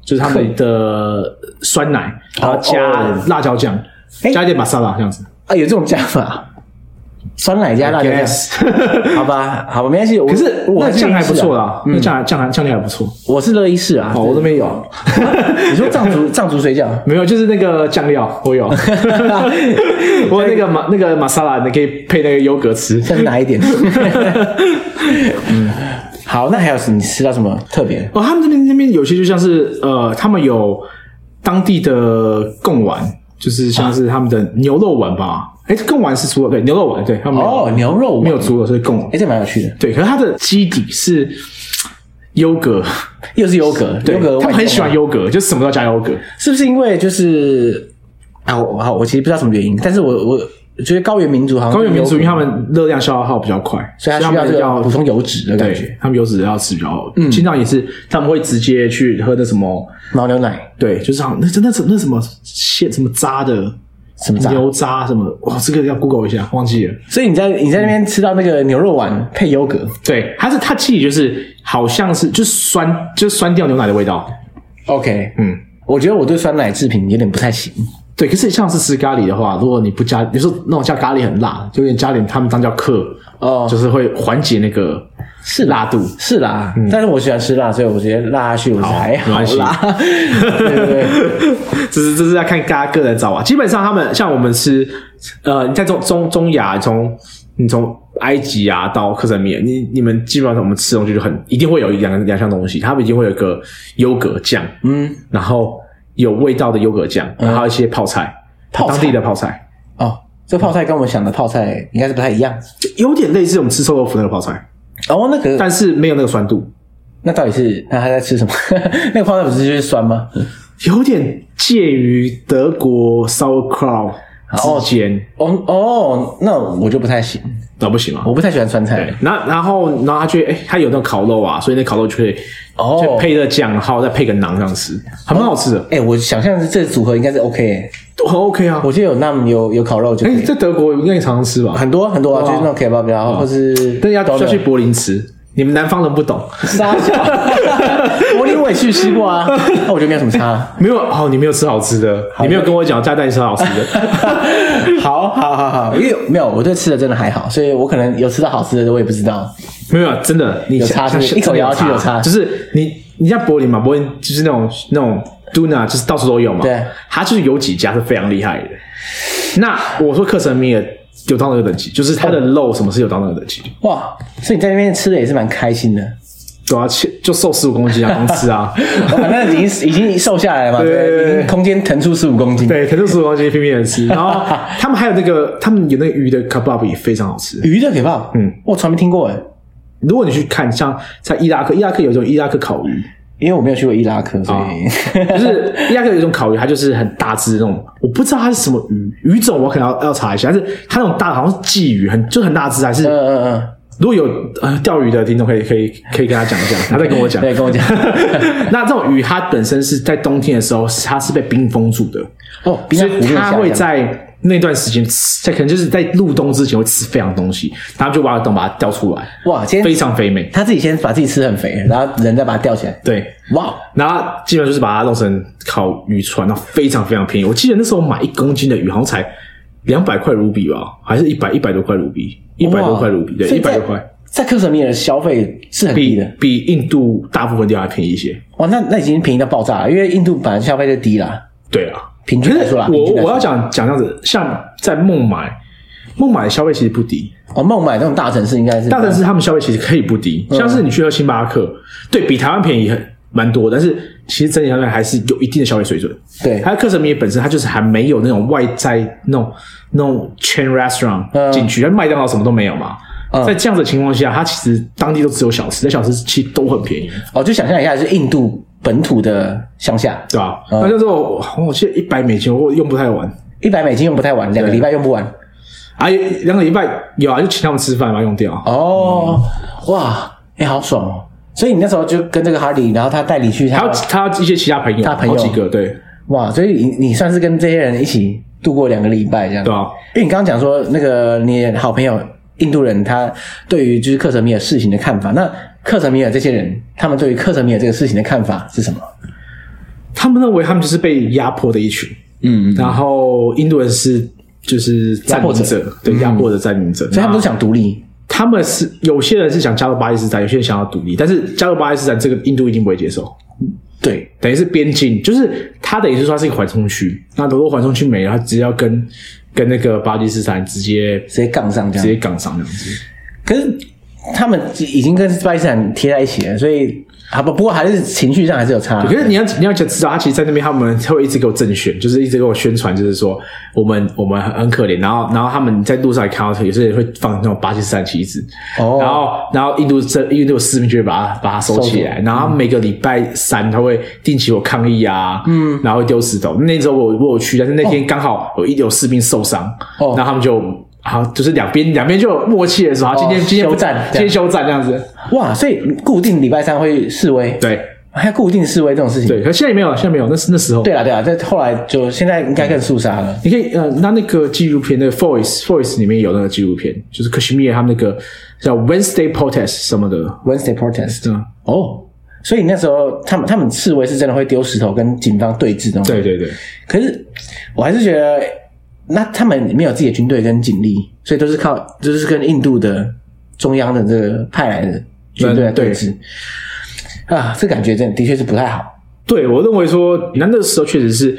S2: 就是他们的酸奶，然后加
S1: 哦
S2: 辣椒酱，
S1: 哎
S2: 加一点玛莎拉这样子。
S1: 啊，有这种加法，酸奶加辣椒酱 [LAUGHS]
S2: Yes
S1: 好吧，好吧，没关系。可
S2: 可是
S1: 我
S2: 那酱还不错
S1: 啦，
S2: 啦，那酱还酱还酱料还不错。
S1: 啊我是乐意试啊。
S2: 哦，我都没有，
S1: [LAUGHS] 你说藏
S2: [LAUGHS]
S1: 族藏族水饺，
S2: 没有，就是那个酱
S1: [LAUGHS]
S2: 料我有，我有那个马那个玛莎拉，你可以配那个优格吃。
S1: 再拿一
S2: [LAUGHS]
S1: 点。嗯，好，那还有什你吃到什么特别的？
S2: 哦，他们这边那边有些就像是呃，他们有当地的贡丸，就是像是他们的牛肉丸吧。哎、贡丸是猪肉，对，牛肉丸，对，他们没有
S1: 哦，牛肉
S2: 没有，猪肉，所以贡丸
S1: 哎，。这蛮有趣的，
S2: 对，可是它的基底是优格，
S1: 又是优格，
S2: 对
S1: 优格，啊
S2: 他们很喜欢
S1: 优，
S2: 优格，就什么都要加优格。
S1: 是不是因为就是啊？我好，我其实不知道什么原因，但是我我我觉得高原民族好像
S2: 高原民族
S1: 对
S2: 因为
S1: 优格
S2: 他们热量消耗比较快，
S1: 所以他需
S2: 们
S1: 要这个
S2: 要
S1: 补充油脂的感觉，
S2: 对，他们油脂要吃比较好。嗯，经常也是他们会直接去喝那什么，
S1: 牦牛奶
S2: 对，就是好像那真的是那什么鲜什么渣的。
S1: 什么渣
S2: 牛渣什么？哇，这个要 Google 一下，忘记了。
S1: 所以你在你在那边吃到那个牛肉丸配优格
S2: 对，它是它其实就是好像是就是酸，就是酸掉牛奶的味道。
S1: ，OK，
S2: 嗯，
S1: 我觉得我对酸奶制品有点不太行，
S2: 对。可是像是吃咖喱的话，如果你不加，你说那种叫咖喱很辣，就有点加点他们当叫克，呃
S1: 哦
S2: 就是会缓解那个
S1: 是啦
S2: 辣 [LAUGHS] 度。
S1: 是啦，但是我喜欢吃辣，所以我觉得辣下去我
S2: 嗯好
S1: 才好
S2: 没
S1: 啦，
S2: 关
S1: 对对对，
S2: 这是这是要看大家个人造化。啊基本上他们像我们吃，呃，你在中中中亚，从你从埃及啊到克什米尔，你你们基本上我们吃东西就很一定会有两两项东西，他们一定会有一个优格酱，
S1: 嗯，
S2: 然后有味道的优格酱，然后还有一些泡菜，
S1: [LAUGHS] 泡菜
S2: 当地的嗯泡菜，
S1: 哦，这泡菜跟我们想的泡菜应该是不太一样，
S2: 就有点类似我们吃臭豆腐那个泡菜，
S1: 哦，那个
S2: 但是没有那个酸度，
S1: 那到底是那他在吃什么？ [LAUGHS] 那个泡菜不是就是酸吗？
S2: 有点介于德国 sauerkraut
S1: 哦
S2: 之间，
S1: 哦哦，那我就不太行，
S2: 那、不行吗？
S1: 我不太喜欢酸
S2: 对
S1: 菜，，
S2: 然然后然后他觉得，哎、他有那种烤肉啊，所以那烤肉就会
S1: 哦
S2: 就配着酱，然后再配个馕这样吃，还蛮好吃的，
S1: 哎、我想象这组合应该是 OK，、欸、
S2: 都很 OK 啊。
S1: 我记得有那么有有烤肉就可
S2: 哎、
S1: 以
S2: 在德国应该也常常吃吧？
S1: 很多很多啊，
S2: 哇
S1: 就是那种 kebab，然后或是
S2: 但要要去
S1: donut
S2: 柏林吃，你们南方人不懂，
S1: 沙小，柏 [LAUGHS] 林我也去吃过
S2: [LAUGHS]
S1: 啊，那我觉得没有什么差。
S2: 没有哦，你没有吃好吃的，你没有跟我讲，再带你吃好吃的。
S1: [LAUGHS] 好，好，好，
S2: 啊
S1: 好，因为没有我对吃的真的还好，所以我可能有吃到好吃的，我也不知道。
S2: 没有，啊真的，你
S1: 有差
S2: 像
S1: 是不是
S2: 像
S1: 一口咬下去
S2: 真的
S1: 有差
S2: 就是你你在柏林嘛，柏林就是那种那种 Duna，就是到处都有嘛。
S1: 对，
S2: 它就是有几家是非常厉害的。那我说克什米尔有到那个等级，就是它的肉什么是有到那个等级的，
S1: 哇，所以你在那边吃的也是蛮开心
S2: [LAUGHS]
S1: 的，
S2: 对啊，切就瘦十五公斤啊，光
S1: [LAUGHS]
S2: 吃啊，
S1: 反正已经已经瘦下来了嘛，
S2: 对对
S1: 对，
S2: 对
S1: 已经空间腾出十五公斤。
S2: 对，可是十五公斤拼命的吃。然后他们还有那个，他们有那个鱼的 kebab 也非常好吃。
S1: 鱼的 kebab，嗯，我从来没听过哎，
S2: 如果你去看，像在伊拉克，伊拉克有一种伊拉克烤鱼，
S1: 因为我没有去过伊拉克，
S2: 啊
S1: 所以
S2: 就是伊拉克有一种烤鱼，它就是很大只的那种，我不知道它是什么鱼鱼种，我可能要要查一下。但是它那种大的好像是鲫鱼，很就很大只，还是
S1: [LAUGHS] 嗯嗯嗯，
S2: 如果有呃钓鱼的听众可以可以可以跟他讲一
S1: [LAUGHS]
S2: 下，他再跟我讲。
S1: 对，跟我讲
S2: [LAUGHS] 那这种鱼它本身是在冬天的时候，它是被冰封住的，
S1: 哦，比较
S2: 所
S1: 湖
S2: 以
S1: 面下
S2: 它
S1: 这
S2: 会
S1: 样
S2: 在那段时间吃，在可能就是在入冬之前会吃非常东西，然后就挖个洞把它钓出来，
S1: 哇，今
S2: 非
S1: 天
S2: 常肥美。
S1: 他自己先把自己吃很肥，然后人再把它吊起来，
S2: 对，
S1: 哇，
S2: 然后基本上就是把它弄成烤渔船，然后非常非常便宜。我记得那时候买一公斤的鱼好像才两百块卢比吧，还是一百一百多块卢比，一百多块卢比，对，
S1: 所
S2: 一
S1: 以在
S2: 百多块，
S1: 在克什米尔的消费是很低
S2: 比
S1: 的，
S2: 比印度大部分地方还便宜一些。
S1: 哦哇，那那已经便宜到爆炸了，因为印度本来消费就低啦。
S2: 对啊，
S1: 平均来说啦，平
S2: 我
S1: 均来
S2: 我
S1: 说
S2: 要讲讲这样子，像在孟买，孟买的消费其实不低，
S1: 哦，孟买那种大城市应该是
S2: 大城市他们消费其实可以不低，像是你去喝星巴克，对比台湾便宜很蛮多，但是其实整体上面还是有一定的消费水准。
S1: 对
S2: 它的克什米尔本身它就是还没有那种外在那种那种 chain restaurant
S1: 嗯
S2: 进去，它麦当劳什么都没有嘛。在这样子的情况下，它其实当地都只有小吃，那小吃其实都很便宜，
S1: 哦，就想象一下，就是印度本土的乡下，
S2: 对吧？
S1: 嗯
S2: 那那时候我我记得一百美金我用不太完，
S1: 一百美金用不太完，两个礼拜用不完。
S2: 啊，两个礼拜有啊，就请他们吃饭嘛，用掉。
S1: 哦，
S2: 嗯
S1: 哇，哎、好爽哦！所以你那时候就跟这个哈利，然后他带你去
S2: 还
S1: 他
S2: 有，他一些其他朋友，啊
S1: 他朋友
S2: 好几个，对
S1: 哇，所以你你算是跟这些人一起度过两个礼拜这样。
S2: 对啊，
S1: 因为你刚刚讲说那个你的好朋友印度人，他对于就是克什米尔事情的看法，那克什米尔这些人，他们对于克什米尔这个事情的看法是什么？
S2: 他们认为他们就是被压迫的一群，
S3: 嗯，
S2: 然后印度人是就是占领
S1: 压嗯
S2: 者，对压迫的占领者，
S1: 所以他们都
S2: 那
S1: 想独立。
S2: 他们是有些人是想加入巴基斯坦，有些人想要独立，但是加入巴基斯坦这个印度一定不会接受，
S1: 对，
S2: 等于是边境，就是它等于是说它是一个缓冲区，那如果缓冲区没了，它直接要跟跟那个巴基斯坦直接
S1: 直接杠上这
S2: 直
S1: 样。
S2: 接杠上这样子。
S1: 可是他们已经跟巴基斯坦贴在一起了，所以啊不不过还是情绪上还是有差
S2: 可。是你要你要知道，他其实，在那边他们会一直给我政宣，就是一直给我宣传，就是说我们我们很很可怜。然后然后他们在路上也看到，有些人会放那种巴基斯坦旗子，
S1: 哦
S2: 然后然后印度这印度市民就会把它把它收起来。然后每个礼拜三他会定期有抗议啊，嗯，然后会丢石头。那时候我我有去，但是那天刚好有一有士兵受伤，
S1: 哦
S2: 然后他们就。好，就是两边两边就有默契的时候，好今天、
S1: 哦
S2: 今天不
S1: 休战
S2: 今天休战这样子，
S1: 哇，所以固定礼拜三会示威，，
S2: 对
S1: 还固定示威这种事情。
S2: 对。可现在也没有，现在没有，那是那时候
S1: 对啦对啦，这后来就现在应该更肃杀了。
S2: 你可以呃，那那个纪录片，那个 Voice Voice 里面有那个纪录片，就是克什米尔他们那个叫 Wednesday Protest 什么的，
S1: Wednesday protest
S2: 嗯，
S1: 哦，所以那时候他们他们示威是真的会丢石头跟警方对峙的。
S2: 对，对对，
S1: 可是我还是觉得，那他们没有自己的军队跟警力，所以都是靠就是跟印度的中央的这个派来的军队来对峙。啊，这感觉真的的确是不太好。
S2: 对我认为说，那那时候确实是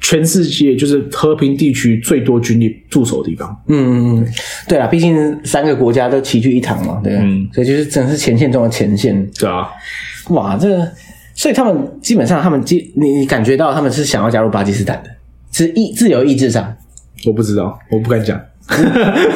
S2: 全世界就是和平地区最多军力驻守的地方，
S1: 嗯，对啦，毕竟三个国家都齐聚一堂嘛，对，
S2: 嗯
S1: 所以就是真的是前线中的前线。
S2: 对啊，
S1: 哇，这个，所以他们基本上他们基你你感觉到他们是想要加入巴基斯坦的，是意自由意志上，
S2: 我不知道，我不敢讲，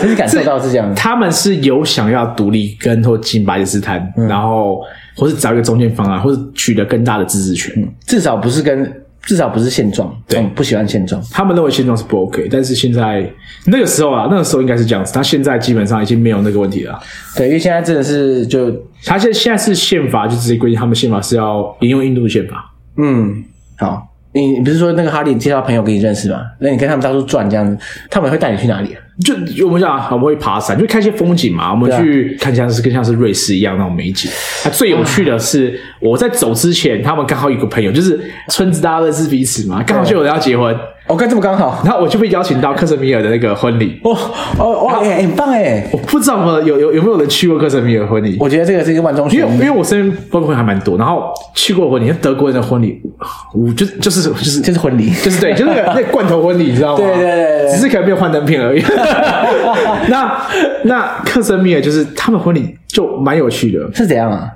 S1: 只是感受到是这样。
S2: 他们是有想要独立跟或进巴基斯坦，然后或是找一个中间方案，或是取得更大的自治权。
S1: 至少不是跟至少不是现状，
S2: 对
S1: 嗯不喜欢现状。
S2: 他们认为现状是不 OK，但是现在那个时候啊，那个时候应该是这样子，他现在基本上已经没有那个问题了。啊
S1: 对，因为现在真的是就
S2: 他现现在是宪法就直接规定，他们宪法是要引用印度的宪法。
S1: 嗯，好，你你不是说那个哈利介绍朋友给你认识吗？那你跟他们到处转这样子，他们会带你去哪里、啊？
S2: 就就我们讲啊，我们会爬山，就看一些风景嘛。我们
S1: 对啊
S2: 去看像是跟像是瑞士一样那种美景。啊，最有趣的是，我在走之前，他们刚好有个朋友，就是村子大家认识彼此嘛，刚好就有人要结婚，
S1: 哦，跟这么刚好。
S2: 然后我就被邀请到克什米尔的那个婚礼。
S1: 哦哦哇，哎、哎很棒哎！
S2: 我不知道有没有有有有没有人去过克什米尔婚礼，
S1: 我觉得这个是一个万中
S2: 因
S1: 选
S2: 为因
S1: 一，
S2: 为我身边包括朋友还蛮多，然后去过婚礼，像德国人的婚礼，我就就是就是
S1: 就是婚礼。
S2: 就是对，就是那个那个罐头婚礼，你知道吗？
S1: 对对对对
S2: 只是可能没有幻灯片而已。 [LAUGHS] 那那克什米尔就是他们婚礼就蛮有趣的。
S1: 是怎样啊？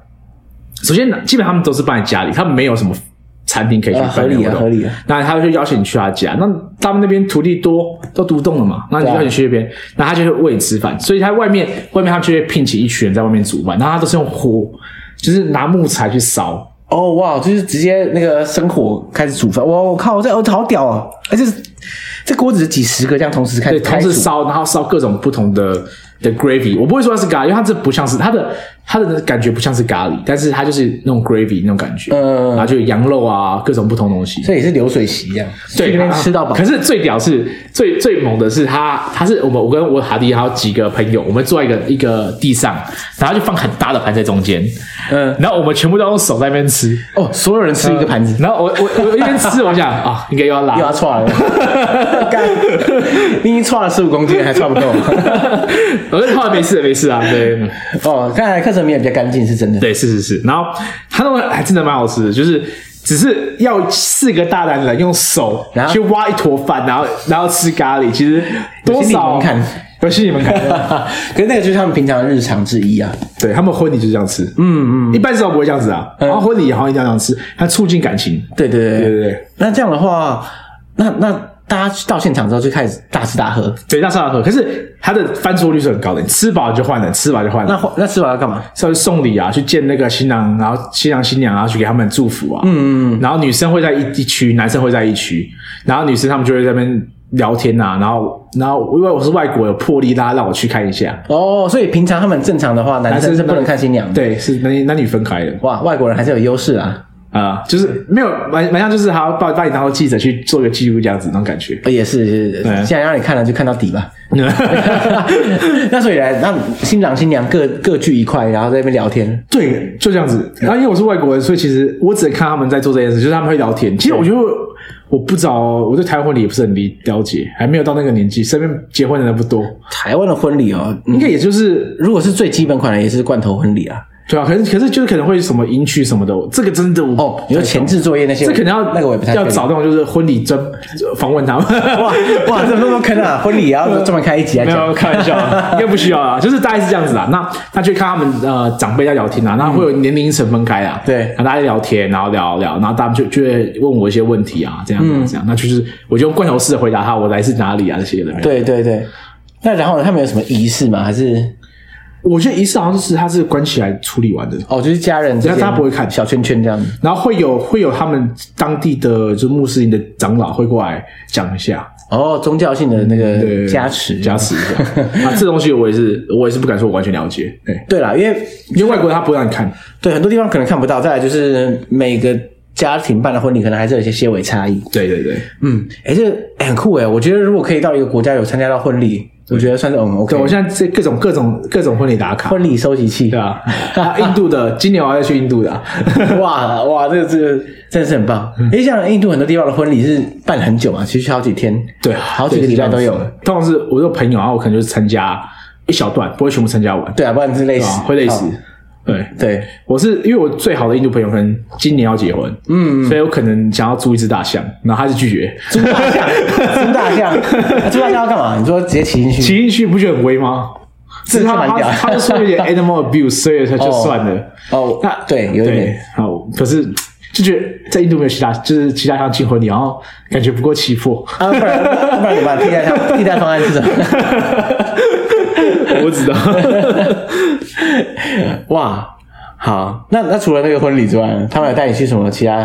S2: 首先，基本上他们都是办在家里，他们没有什么餐厅可以去
S1: 啊
S2: 办、
S1: 合理啊合理啊。
S2: 那他就邀请你去他家，那他们那边土地多，都独栋了嘛，那你就邀请去那边，那他就会喂你吃饭，所以他外面外面他们就会聘请一群人在外面煮饭，然后他都是用火，就是拿木材去烧。
S1: 哦哇，就是直接那个生火开始煮饭，哇我靠，这哦好屌哦！而且是这锅子几十个这样同时开
S2: 对，
S1: 始
S2: 同时
S1: 开煮
S2: 烧，然后烧各种不同的的 gravy。我不会说它是咖喱，因为它这不像是它的它的感觉不像是咖喱，但是它就是那种 gravy 那种感觉。
S1: 嗯
S2: 然后就有羊肉啊，各种不同东西。
S1: 所以是流水席这样，
S2: 对，
S1: 去那边
S2: 啊
S1: 吃到饱。
S2: 可是最屌是最最猛的是他，他是我们我跟我哈迪还有几个朋友，我们坐在一个一个地上，然后就放很大的盘在中间，
S1: 嗯
S2: 然后我们全部都用手在那边吃。嗯
S1: 哦，所有人吃一个盘子，
S2: 然后我我我一边吃，我想啊，应该又要
S1: [LAUGHS]
S2: 拉
S1: 又要串了，干，你已经串了十五公斤了还串 [LAUGHS] 不够。
S2: [LAUGHS] 我说后来没事了没事啊，对。
S1: 哦，看来课程没有比较干净是真的。
S2: 哎对，是是是。然后他那个还真的蛮好吃的，就是只是要四个大男人用手
S1: 然后
S2: 去挖一坨饭，然后然后吃咖喱，其实多
S1: 有心理
S2: 少
S1: 门槛
S2: 有心理门槛。
S1: [LAUGHS] 可是那个就是他们平常的日常之一啊。
S2: 对他们婚礼就是这样吃，嗯嗯，一般时候不会这样子啊，
S1: 嗯
S2: 然后婚礼好像一定要这样吃，它促进感情。
S1: 对对对
S2: 对对对，
S1: 那这样的话，那那大家到现场之后就开始大吃大喝，
S2: 对，那上来喝，可是它的翻桌率是很高的，你吃饱了就换人，吃饱就换人。
S1: 那那吃完要干嘛？
S2: 上去送礼啊，去见那个新郎，然后新郎新娘，然后去给他们祝福啊。嗯嗯。然后女生会在一一区，男生会在一区，然后女生他们就会在那边聊天啊，然后然后因为我是外国，有魄力拉让我去看一下。
S1: 哦，所以平常他们正常的话，男生是不能看新娘的。
S2: 对，是男男女分开的
S1: 哇，外国人还是有优势啊，
S2: 啊、就是没有蛮蛮像，就是还要把把你当做记者去做个记录这样子那种感觉。
S1: 哦也是也是，
S2: 对
S1: 既然让你看了，就看到底 [LAUGHS] 吧。那所以来，那新郎新娘各各聚一块，然后在那边聊天。
S2: [LAUGHS] 对，就这样子。
S1: 嗯
S2: 啊然后因为我是外国人，所以其实我只能看他们在做这件事，就是他们会聊天。其实我觉得我不早，我对台湾婚礼也不是很理了解，还没有到那个年纪，身边结婚的人不多，
S1: 台湾的婚礼哦，
S2: 应该也就是
S1: 如果是最基本款的，也是罐头婚礼啊。
S2: 对啊。可是可是就是可能会什么迎娶什么的，这个真的我
S1: 哦，你说前置作业那些，
S2: 这可能要
S1: 那个我也不太确
S2: 要
S1: 定
S2: 找那种就是婚礼专访问他们。
S1: 哇哇，这么多坑啊！婚礼也要专门开一集来
S2: 没
S1: 讲
S2: 有，开玩笑啊，应该不需要啊，就是大概是这样子啦。那那去看他们呃长辈在聊天啊，那会有年龄层分开啊，
S1: 对
S2: 然后大家聊天，然后聊聊，然后他们就就会问我一些问题啊，这样这样，那就是我就用罐头式的回答他，我来自哪里啊这些的。，
S1: 对对对。那然后呢？他们有什么仪式吗？还是
S2: 我觉得仪式好像是他是关起来处理完的，
S1: 哦，就是家人之间，
S2: 大家不会看
S1: 小圈圈这样子。
S2: 然后会有会有他们当地的就穆斯林的长老会过来讲一下，
S1: 哦，宗教性的那
S2: 对
S1: 个加持，
S2: 加。持一下啊，这东西我也是我也是不敢说我完全了解，对，
S1: 对啦，因为
S2: 因为外国人他不让你看，
S1: 对很多地方可能看不到，再来就是每个家庭办的婚礼可能还是有一些些微差异。
S2: 对对对。
S1: 嗯，哎，这个诶很酷哎！我觉得如果可以到一个国家有参加到婚礼，我觉得算是嗯 OK
S2: 对，。哦我现在这各种各种各种婚礼打卡，
S1: 婚礼收集器，
S2: 对啊，啊印度的，今年我还要去印
S1: [LAUGHS]
S2: 度的啊、
S1: 哇哇，这个这个真的是很棒！
S2: 嗯
S1: 因为像印度很多地方的婚礼是办很久嘛，其实好几天，
S2: 对，
S1: 好几个礼拜都有。
S2: 通常是我有朋友，然后我可能就是参加一小段，不会全部参加完，
S1: 对啊，不然是累
S2: 对
S1: 死
S2: 啊，，会累死
S1: 哦。
S2: 对，
S1: 对，
S2: 我是因为我最好的印度朋友可能今年要结婚，嗯，所以我可能想要租一只大象，然后他是
S1: [LAUGHS]
S2: 拒绝。
S1: 猪大象，猪大
S2: [LAUGHS]
S1: 象，啊猪大象要干嘛？你说直接骑进去？
S2: 骑进去不觉得很威
S1: [LAUGHS]
S2: 吗？
S1: 这
S2: 是他
S1: 蛮
S2: 他
S1: 屌的
S2: 他就说有点 animal abuse，所以他就算了。
S1: 哦
S2: 那，
S1: 对，有一
S2: 对
S1: 点。
S2: 好，可是就觉得在印度没有其他，就是其他像进婚礼，然后感觉不够气魄。
S1: 啊，不然不然怎么办？替代方替代方案是什么？
S2: [LAUGHS] 我不知道，
S1: 哇，好，那那除了那个婚礼之外，他们有带你去什么其他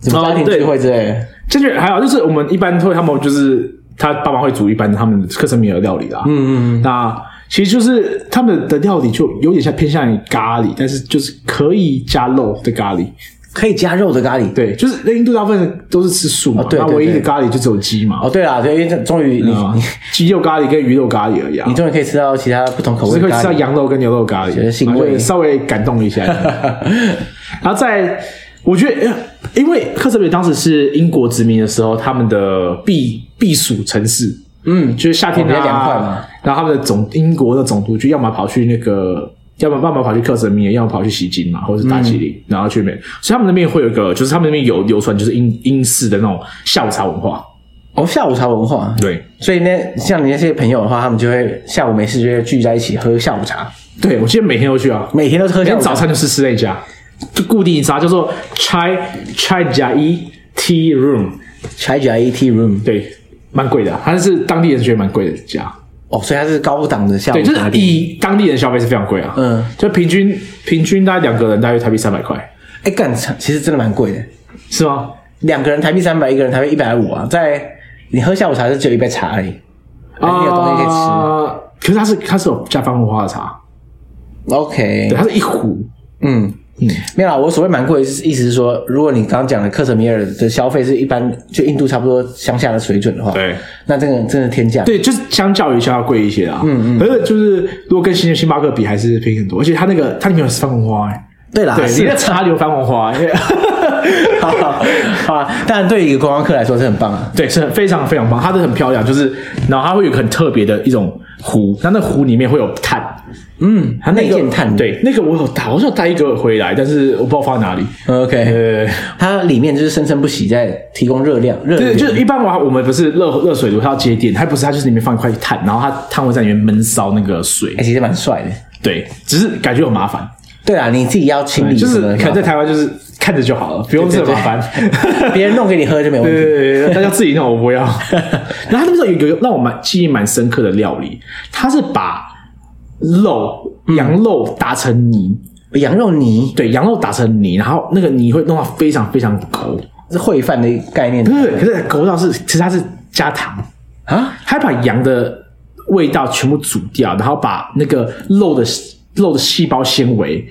S1: 什么
S2: 哦
S1: 家庭
S2: 对
S1: 聚会之类的？
S2: 这 [LAUGHS] 就还好，就是我们一般会他们就是他爸妈会煮一般他们克什米尔料理啦。嗯嗯嗯。那其实就是他们的料理就有点像偏向于咖喱，但是就是可以加肉的咖喱。
S1: 可以加肉的咖喱。
S2: 对，就是那印度大部分都是吃素嘛，
S1: 对对
S2: 那唯一的
S1: 对
S2: 咖喱就只有鸡嘛。
S1: 哦，对啦，对，因为这终于你
S2: 啊，鸡肉咖喱跟鱼肉咖喱而已啊
S1: 你。终于可以吃到其他不同口
S2: 我
S1: 味
S2: 是
S1: 的
S2: 会
S1: 咖
S2: 吃到
S1: 喱。
S2: 羊肉跟牛肉咖喱，
S1: 觉得欣慰
S2: 然后就稍微感动一
S1: [LAUGHS]
S2: 下。然后再，我觉得，呃因为克什米尔当时是英国殖民的时候，他们的避避暑城市，嗯，就是夏天
S1: 哦
S2: 啊
S1: 比较凉快嘛
S2: 然后他们的总英国的总督就要么跑去那个。要么，要么跑去克什米尔，要么跑去锡金嘛，或者是大吉岭，
S1: 嗯
S2: 然后去那边。所以他们那边会有一个，就是他们那边有流传，就是英英式的那种下午茶文化。
S1: 哦，下午茶文化。
S2: 对，
S1: 所以呢，像你那些朋友的话，他们就会下午没事就会聚在一起喝下午茶，
S2: 对我记得每天都去啊，
S1: 每天都是喝下
S2: 每天
S1: 午
S2: 早
S1: 茶。
S2: 餐就是吃那家，就固定一家叫做 Chai Chai 加一 Tea Room，
S1: 柴甲 ET E room，
S2: 对，蛮贵的啊，它是当地人觉得蛮贵的一家，
S1: 哦，所以它是高档的下午
S2: 对，就是
S1: 茶店。
S2: 以当地人消费是非常贵啊，
S1: 嗯，
S2: 就平均平均大概两个人大约台币三百块，
S1: 哎，干，其实真的蛮贵的，
S2: 是吗？
S1: 两个人台币三百，一个人台币一百五啊，在你喝下午茶是只有一杯茶而已，还哎是你有东西可以吃。
S2: 啊可是它是它是有加番红花的茶，
S1: OK，
S2: 对，它是一壶，
S1: 嗯。
S2: 嗯
S1: 没有啦，我所谓蛮贵，是意思是说，如果你刚刚讲的克什米尔的消费是一般就印度差不多乡下的水准的话，
S2: 对，
S1: 那这个真的天价。
S2: 对，就是相较于要贵一些啊，嗯嗯，可是就是如果跟星星巴克比还是便宜很多，而且它那个它里面有番红花、欸，
S1: 对啦，
S2: 对，
S1: 啊是
S2: 你的茶流番红
S1: [LAUGHS]
S2: 花、欸。
S1: 好 [LAUGHS] 好好啊，当然对于一个观光客来说是很棒啊。
S2: 对，是很非常非常棒，它是很漂亮，就是然后它会有一个很特别的一种壶，那那壶里面会有碳，
S1: 嗯，
S2: 他那
S1: 内
S2: 个
S1: 建探
S2: 对那个我有带，我有带一个回来，但是我不知道放在哪里。
S1: ，OK，
S2: 呃，
S1: 它里面就是生生不息在提供热量，热
S2: 对，
S1: 源
S2: 就是一般我我们不是热热水炉，它要接电，它不是，它就是里面放一块碳，然后它碳会在里面闷烧那个水
S1: 哎、。其实蛮帅的。
S2: 对，只是感觉很麻烦，
S1: 对啦，你自己要清理
S2: 就
S1: 什
S2: 是
S1: 么的
S2: 可
S1: 嘛，
S2: 能在台湾就是看着就好了，不用这么麻 [LAUGHS] 烦。
S1: 别人弄给你喝就没问题。
S2: 对，大家自己弄，我不要。然后他那时候有有让我蛮记忆蛮深刻的料理，他是把肉羊肉打成泥，
S1: 羊肉泥
S2: 对，羊肉打成泥，然后那个泥会弄到非常非常稠，
S1: 是烩饭的概念
S2: 不是，可是稠到是其实它是加糖，
S1: 啊，
S2: 它把羊的味道全部煮掉，然后把那个肉的肉的细胞纤维，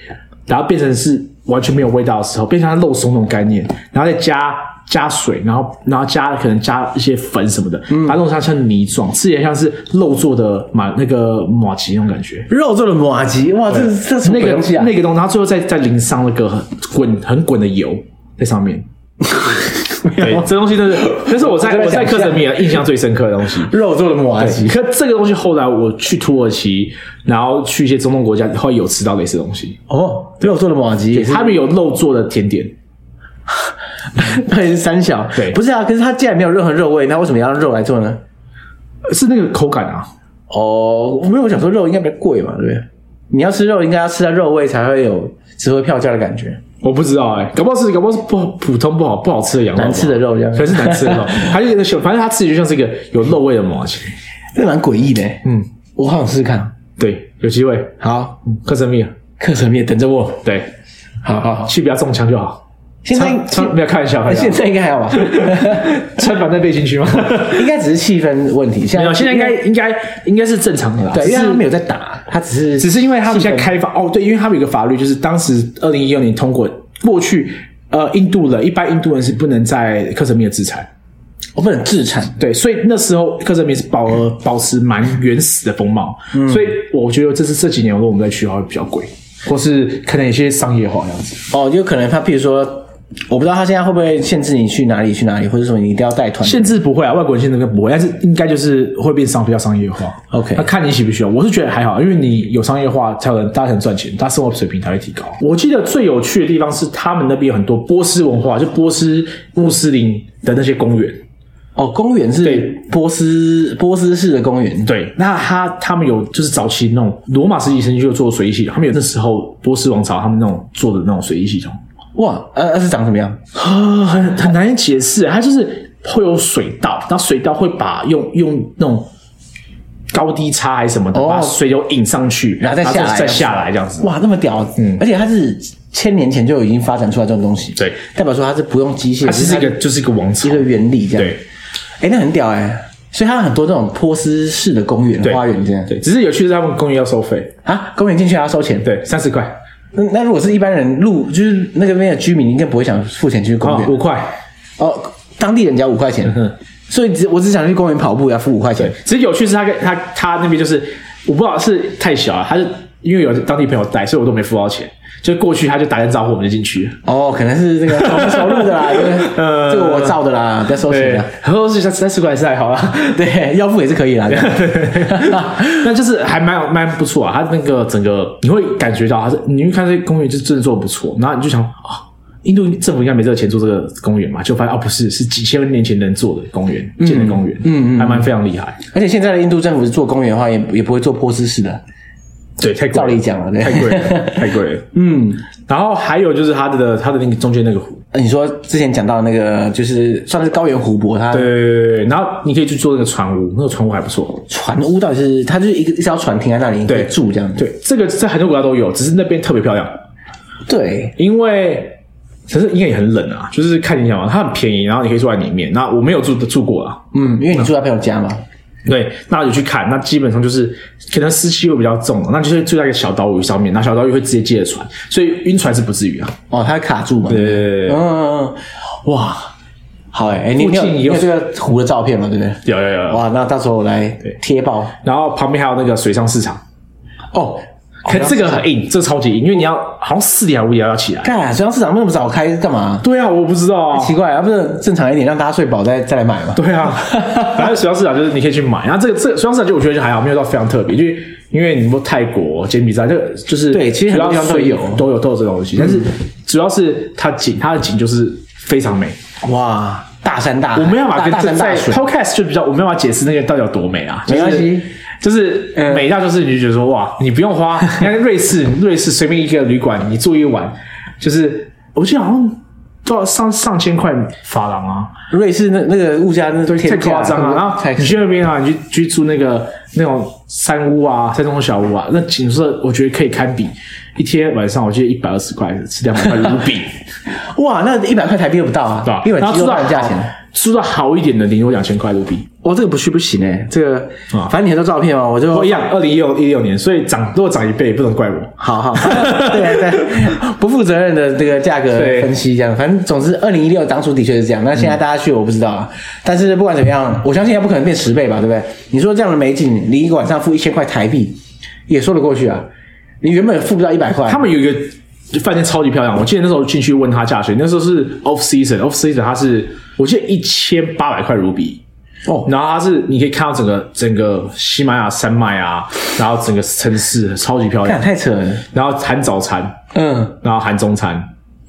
S2: 然后变成是完全没有味道的时候，变成它肉松那种概念，然后再加加水，然后然后加可能加一些粉什么的，
S1: 嗯
S2: 把它弄成像泥状，吃起来像是肉做的马那个马吉那种感觉。
S1: 肉做的马吉，哇，这这什么
S2: 那
S1: 鬼
S2: 个
S1: 东西啊？
S2: 那个东西，然后最后再再淋上那个很滚很滚的油在上
S1: [LAUGHS]
S2: 面。对，这东西真的是，那是我在
S1: 我在
S2: 我在
S1: 想
S2: 课
S1: 象
S2: 程里面印象最深刻的东西。
S1: 肉做的马吉，
S2: 可这个东西后来我去土耳其，然后去一些中东国家，后来有吃到类似的东西。
S1: 哦，肉做的马吉也是
S2: 他们有肉做的甜点，
S1: 对三小，
S2: 对
S1: 不是啊，可是它既然没有任何肉味，那为什么要用肉来做呢？
S2: 是那个口感啊。
S1: 哦，因为我想说肉应该比较贵嘛，对不对？你要吃肉，应该要吃到肉味才会有值回票价的感觉。
S2: 我不知道哎、搞不好是搞不好是不好普通不好不好吃的羊肉吧，
S1: 难吃的肉这样
S2: 可能是难
S1: [LAUGHS]
S2: 吃的肉。还有一个小，反正它吃起来就像是一个有肉味的麻吉。
S1: 这蛮诡异的欸，
S2: 嗯，
S1: 我好想试试看。
S2: 对，有机会，
S1: 好，
S2: 克什米尔，
S1: 课程面等着我。
S2: 对，
S1: 好好好，
S2: 去不要中枪就好。
S1: 现在
S2: 穿穿没有开玩笑，开玩笑
S1: [LAUGHS] 现在应该还好吧？
S2: [LAUGHS] 穿反在背
S1: [LAUGHS]
S2: 心去吗？
S1: 应该只是气氛问题。现在
S2: 没有，现在应该应该应该是正常的啦。
S1: 对，
S2: 只
S1: 因为他
S2: 是
S1: 们有在打，他只是
S2: 只是因为他们现在开放哦，对，因为他们有个法律，就是当时二零一六年通过，过去呃印度人一般印度人是不能在克什米尔制裁，
S1: 我不能自产。
S2: 对，所以那时候克什米尔是保呃保持蛮原始的风貌，所以我觉得这是这几年如果我们再去的话会比较贵，或是可能有些商业化这样子。
S1: 哦，有可能他譬如说，我不知道他现在会不会限制你去哪里去哪里，或者说你一定要带团。
S2: 限制不会啊，外国人限制应该不会，但是应该就是会变商比较商业化。
S1: OK
S2: 那看你喜不喜欢，我是觉得还好，因为你有商业化，才有人大家才能赚钱，大家生活水平才会提高。我记得最有趣的地方是，他们那边有很多波斯文化，就波斯穆斯林的那些公园。
S1: 哦，公园
S2: 对
S1: 是波斯波斯式的公园，
S2: 对，那他他们有就是早期那种罗马时期曾经就做水利系统，他们有那时候波斯王朝他们那种做的那种水利系统
S1: 哇，呃，呃是长什么样？
S2: 啊，很很难解释，它就是会有水道，然后水道会把用用那种高低差还是什么的，
S1: 哦
S2: 把水流引上去，
S1: 然后再下来
S2: 再下来这样子。
S1: 哇，那么屌，嗯，而且它是千年前就已经发展出来这种东西，
S2: 对，
S1: 代表说它是不用机械，
S2: 它是一个
S1: 它
S2: 就是一个王朝
S1: 一，个原理这样。
S2: 对，
S1: 哎，那很屌哎，所以它有很多这种波斯式的公园、
S2: 对
S1: 花园这样。
S2: 对，只是有趣的是他们公园要收费，
S1: 啊，公园进去还要收钱。
S2: 对，三十块，
S1: 那那如果是一般人路，就是那个边的居民，应该不会想付钱去公
S2: 哦，
S1: 园
S2: 五。块，
S1: 哦，当地人交五块钱，所以只我只想去公园跑步，要付五块钱
S2: 对。，只是有趣是他跟他他那边就是我不知道是太小啊了，他是因为有当地朋友带，所以我都没付到钱，就过去他就打声招呼我们就进去了。
S1: 哦，可能是这个走走路的啦，这个
S2: [LAUGHS] 呃
S1: 这个我造的啦，不要收钱啊
S2: 对
S1: 的。，
S2: 然后是三三十块是还好啦。
S1: [LAUGHS] 对，要付也是可以
S2: [LAUGHS]
S1: 啦。这样 [LAUGHS]
S2: 那就是还蛮有蛮不错啊，它那个整个你会感觉到它是，你会看这公园就真的做的不错，然后你就想啊、印度政府应该没这个钱做这个公园嘛，就发现哦不是，是几千年前人做的公园，建的公园，嗯嗯，还蛮非常厉害，
S1: 而且现在的印度政府是做公园的话，也也不会做波斯式的。
S2: 对，太贵了
S1: 照理讲了对
S2: [LAUGHS] 太贵了，太贵了，
S1: 嗯，
S2: 然后还有就是它的它的那个中间那个湖，
S1: 呃 [LAUGHS] 你说之前讲到那个，就是算是高原湖泊，它
S2: 对对对对对，呃然后你可以去做那个船屋，那个船屋还不错，
S1: 船屋到底是它就是一个一艘船停在那里，你可以
S2: 对
S1: 住这样子。
S2: 对，这个在很多国家都有，只是那边特别漂亮，
S1: 对，
S2: 因为其实应该也很冷啊，就是看你想嘛，它很便宜，然后你可以住在里面。那我没有住住过啊，
S1: 嗯，因为你住在朋友家嘛。
S2: 对，那有去看，那基本上就是可能湿气会比较重，啊那就是住在一个小岛屿上面，那小岛屿会直接接着船，所以晕船是不至于啊。
S1: 哦，它会卡住嘛。
S2: 对对对对对，
S1: 嗯，哇，好哎、欸，你
S2: 附
S1: 你有
S2: 近
S1: 你
S2: 有
S1: 有这个湖的照片吗？对不对？
S2: 有有有有。
S1: 哇，那到时候我来贴爆
S2: 然后旁边还有那个水上市场，
S1: 哦。
S2: 可这个很硬，这个超级硬，因为你要好像四点还是五点要起来。
S1: 干，水上市场那么早开干嘛？
S2: 对啊，我不知道啊。
S1: 奇怪，要不是正常一点，让大家睡饱再再来买嘛。[LAUGHS]
S2: 对啊，反正水上市场就是你可以去买。然后这个这个水上市场就我觉得就还好，没有到非常特别，就因为你说泰国、柬埔寨这个就是
S1: 对其实很
S2: 主
S1: 多
S2: 要
S1: 地方都
S2: 水
S1: 有嗯
S2: 都有都有这个东西，但是主要是它景，它的景就是非常美。
S1: 哇，大山大海，
S2: 我没有办法
S1: 大
S2: 跟
S1: 大山大
S2: 在
S1: 水，
S2: podcast 就比较，我没有办法解释那个到底有多美啊。就是
S1: 没关系，
S2: 就是
S1: 嗯
S2: 美到就是你就觉得说哇，你不
S1: [LAUGHS]
S2: 用花，你看瑞士，瑞士随便一个旅馆你住一晚，就是我记得好像多少上上千块法郎啊，
S1: 瑞士那那个物价那都
S2: 太夸张了。然后
S1: 太
S2: 你去那边啊，你去去住那个那种山屋啊、山中小屋啊，那景色我觉得可以堪比一天晚上，我记得一百二十块，是两百块卢
S1: [LAUGHS]
S2: 比。
S1: 哇，那一百块台币都不到啊，
S2: 对吧？
S1: 一百
S2: 然后
S1: 几
S2: 住
S1: 十
S2: 到
S1: 块的价
S2: 好
S1: 钱。，
S2: 住到好一点的，顶多两千块卢比。
S1: 我这个不去不行哎、这个
S2: 啊
S1: 反正你很多照片嘛，我就
S2: 哦不一样，二零一六一六年，所以涨如果涨一倍也不能怪我。
S1: 好好， [LAUGHS] 对对，不负责任的这个价格
S2: 对
S1: 分析，这样，反正总之，二零一六当初的确是这样，那现在大家去我不知道啊，但是不管怎么样，我相信它不可能变十倍吧，对不对？你说这样的美景，你一个晚上付一千块台币也说得过去啊，你原本付不到一百块，
S2: 他们有一个饭店超级漂亮，我记得那时候进去问他价钱，那时候是 off season，off season 它是我记得一千八百块卢比。
S1: 哦
S2: 然后它是你可以看到整个整个喜马拉雅山脉啊，然后整个城市超级漂
S1: 干
S2: 亮，
S1: 太扯了，
S2: 然后含早餐，
S1: 嗯，
S2: 然后含中餐，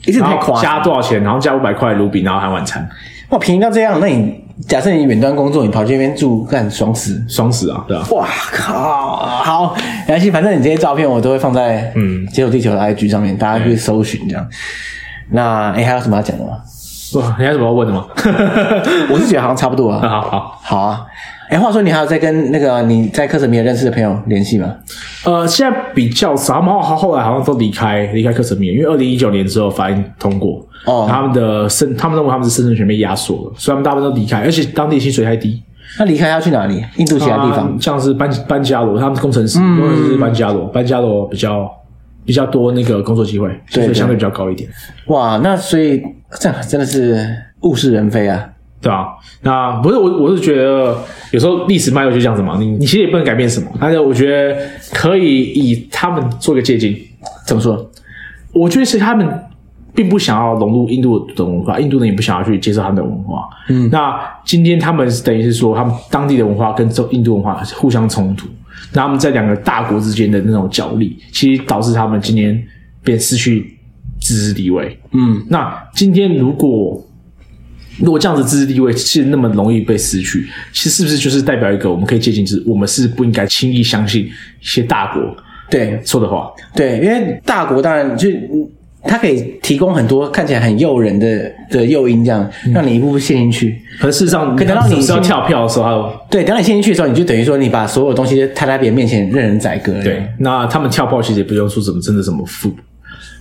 S1: 一直
S2: 然
S1: 太
S2: 后
S1: 夸
S2: 加
S1: 张，
S2: 多少钱，然后加五百块卢比，然后含晚餐，
S1: 哇，便宜到这样，那你假设你远端工作，你跑去那边住，干爽死。
S2: 双十啊，对吧、
S1: 哇靠！好，没关系，反正你这些照片我都会放在嗯解锁地球的 IG 上面，大家去搜寻这样。那哎、诶还有什么要讲的吗？
S2: 哇，哦你还有什么要问的吗？ [LAUGHS]
S1: 我是觉得好像差不多
S2: 那
S1: [LAUGHS] 啊。
S2: 好好，
S1: 好啊，哎、话说你还有在跟那个你在克什米尔认识的朋友联系吗？
S2: 呃，现在比较少，他们后后来好像都离开离开克什米尔，因为二零一九年之后法院通过，
S1: 哦
S2: 他们的生他们认为他们是生存权被压缩了，所以他们大部分都离开，而且当地薪水太低，
S1: 那离开要去哪里？印度其他地方？嗯
S2: 啊像是班班加罗，他们是工程师，工程师是班加罗，班加罗比较比较多那个工作机会，薪水
S1: 对
S2: 相对比较高一点，
S1: 哇，那所以这样真的是物是人非啊！
S2: 对啊，那不是我，我是觉得有时候历史脉络就这样子嘛，你你其实也不能改变什么，但是我觉得可以以他们做个借鉴，
S1: 怎么说？
S2: 我觉得是他们并不想要融入印度的文化，印度人也不想要去接受他们的文化。嗯，那今天他们等于是说，他们当地的文化跟中印度文化互相冲突，那他们在两个大国之间的那种角力，其实导致他们今天便失去自治地位。
S1: 嗯，
S2: 那今天如果如果这样子自治地位是那么容易被失去，其实是不是就是代表一个我们可以接近之，我们是不应该轻易相信一些大国
S1: 对
S2: 说的话？
S1: 对，因为大国当然就嗯它可以提供很多看起来很诱人的的诱因，这样
S2: 嗯
S1: 让你一步步陷进去。
S2: 可是事实上，
S1: 可等到你
S2: 是要
S1: 心
S2: 跳票的时候，他有
S1: 对，等到你陷进去的时候，你就等于说你把所有东西都摊在别人面前任人宰割。
S2: 对，，那他们跳炮其实也不用说什么真的什么负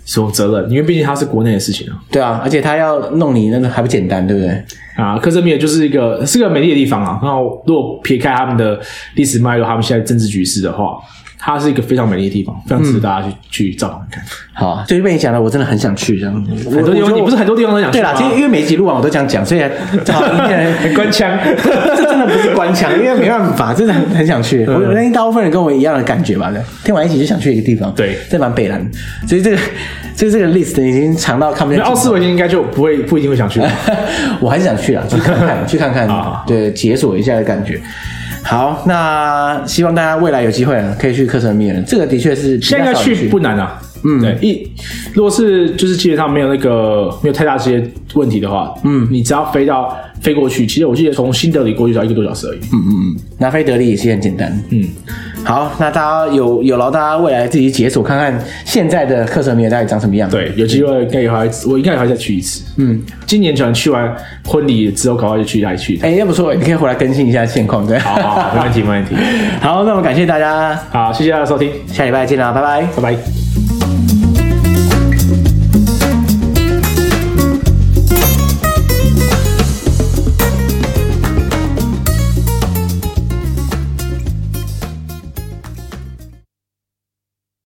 S2: 什么责任，因为毕竟它是国内的事情啊。
S1: 对啊，而且他要弄你，那个还不简单，对不对？
S2: 啊，克什米尔就是一个是个美丽的地方啊。那如果撇开他们的历史脉络，他们现在政治局势的话，它是一个非常美丽的地方，非常值得大家去、去造访看。
S1: 好啊，就是被你讲的，我真的很想去这样。
S2: 很
S1: 很
S2: 多地方你不是很多地方都想去
S1: 对啦，
S2: 吗
S1: 其
S2: [LAUGHS]
S1: 实因为每集录完我都这样讲，所以正好今天
S2: 很官腔
S1: [LAUGHS] 这真的不是官腔，因为没办法，真的很很想去。
S2: 嗯
S1: 我我相信大部分人跟我一样的感觉吧，对，听完一集就想去一个地方，
S2: 对
S1: 这蛮北蓝，所以这个，所以这个 list 已经长到看不
S2: 那
S1: 见。
S2: 奥斯维辛应该就不会不一定会想去吧。
S1: 我还是想去啊，去
S2: [LAUGHS]
S1: 看看，去看看
S2: 好好，
S1: 对，解锁一下的感觉。好，那希望大家未来有机会啊，可以去克什米尔，这个的确是
S2: 现在应该
S1: 比较少
S2: 去
S1: 人
S2: 不难啊。嗯，对，一如果是就是基本上没有那个没有太大这些问题的话，嗯，你只要飞到飞过去，其实我记得从新德里过去只要一个多小时而已。嗯，
S1: 拿非得利也是很简单。
S2: 嗯，
S1: 好，那大家有有劳大家未来自己解锁看看现在的克什米尔到底长什么样。，
S2: 对，有机会应该也还我应该也还再去一次。嗯，今年可能去完婚礼之后，搞快就去再去一趟。
S1: 哎，要不错，你可以回来更新一下现况，对。
S2: 好好好，没问题没问题。
S1: [LAUGHS] 好，那我们感谢大家，
S2: 好，谢谢大家的收听，
S1: 下礼拜见啦，拜拜。
S2: 拜拜。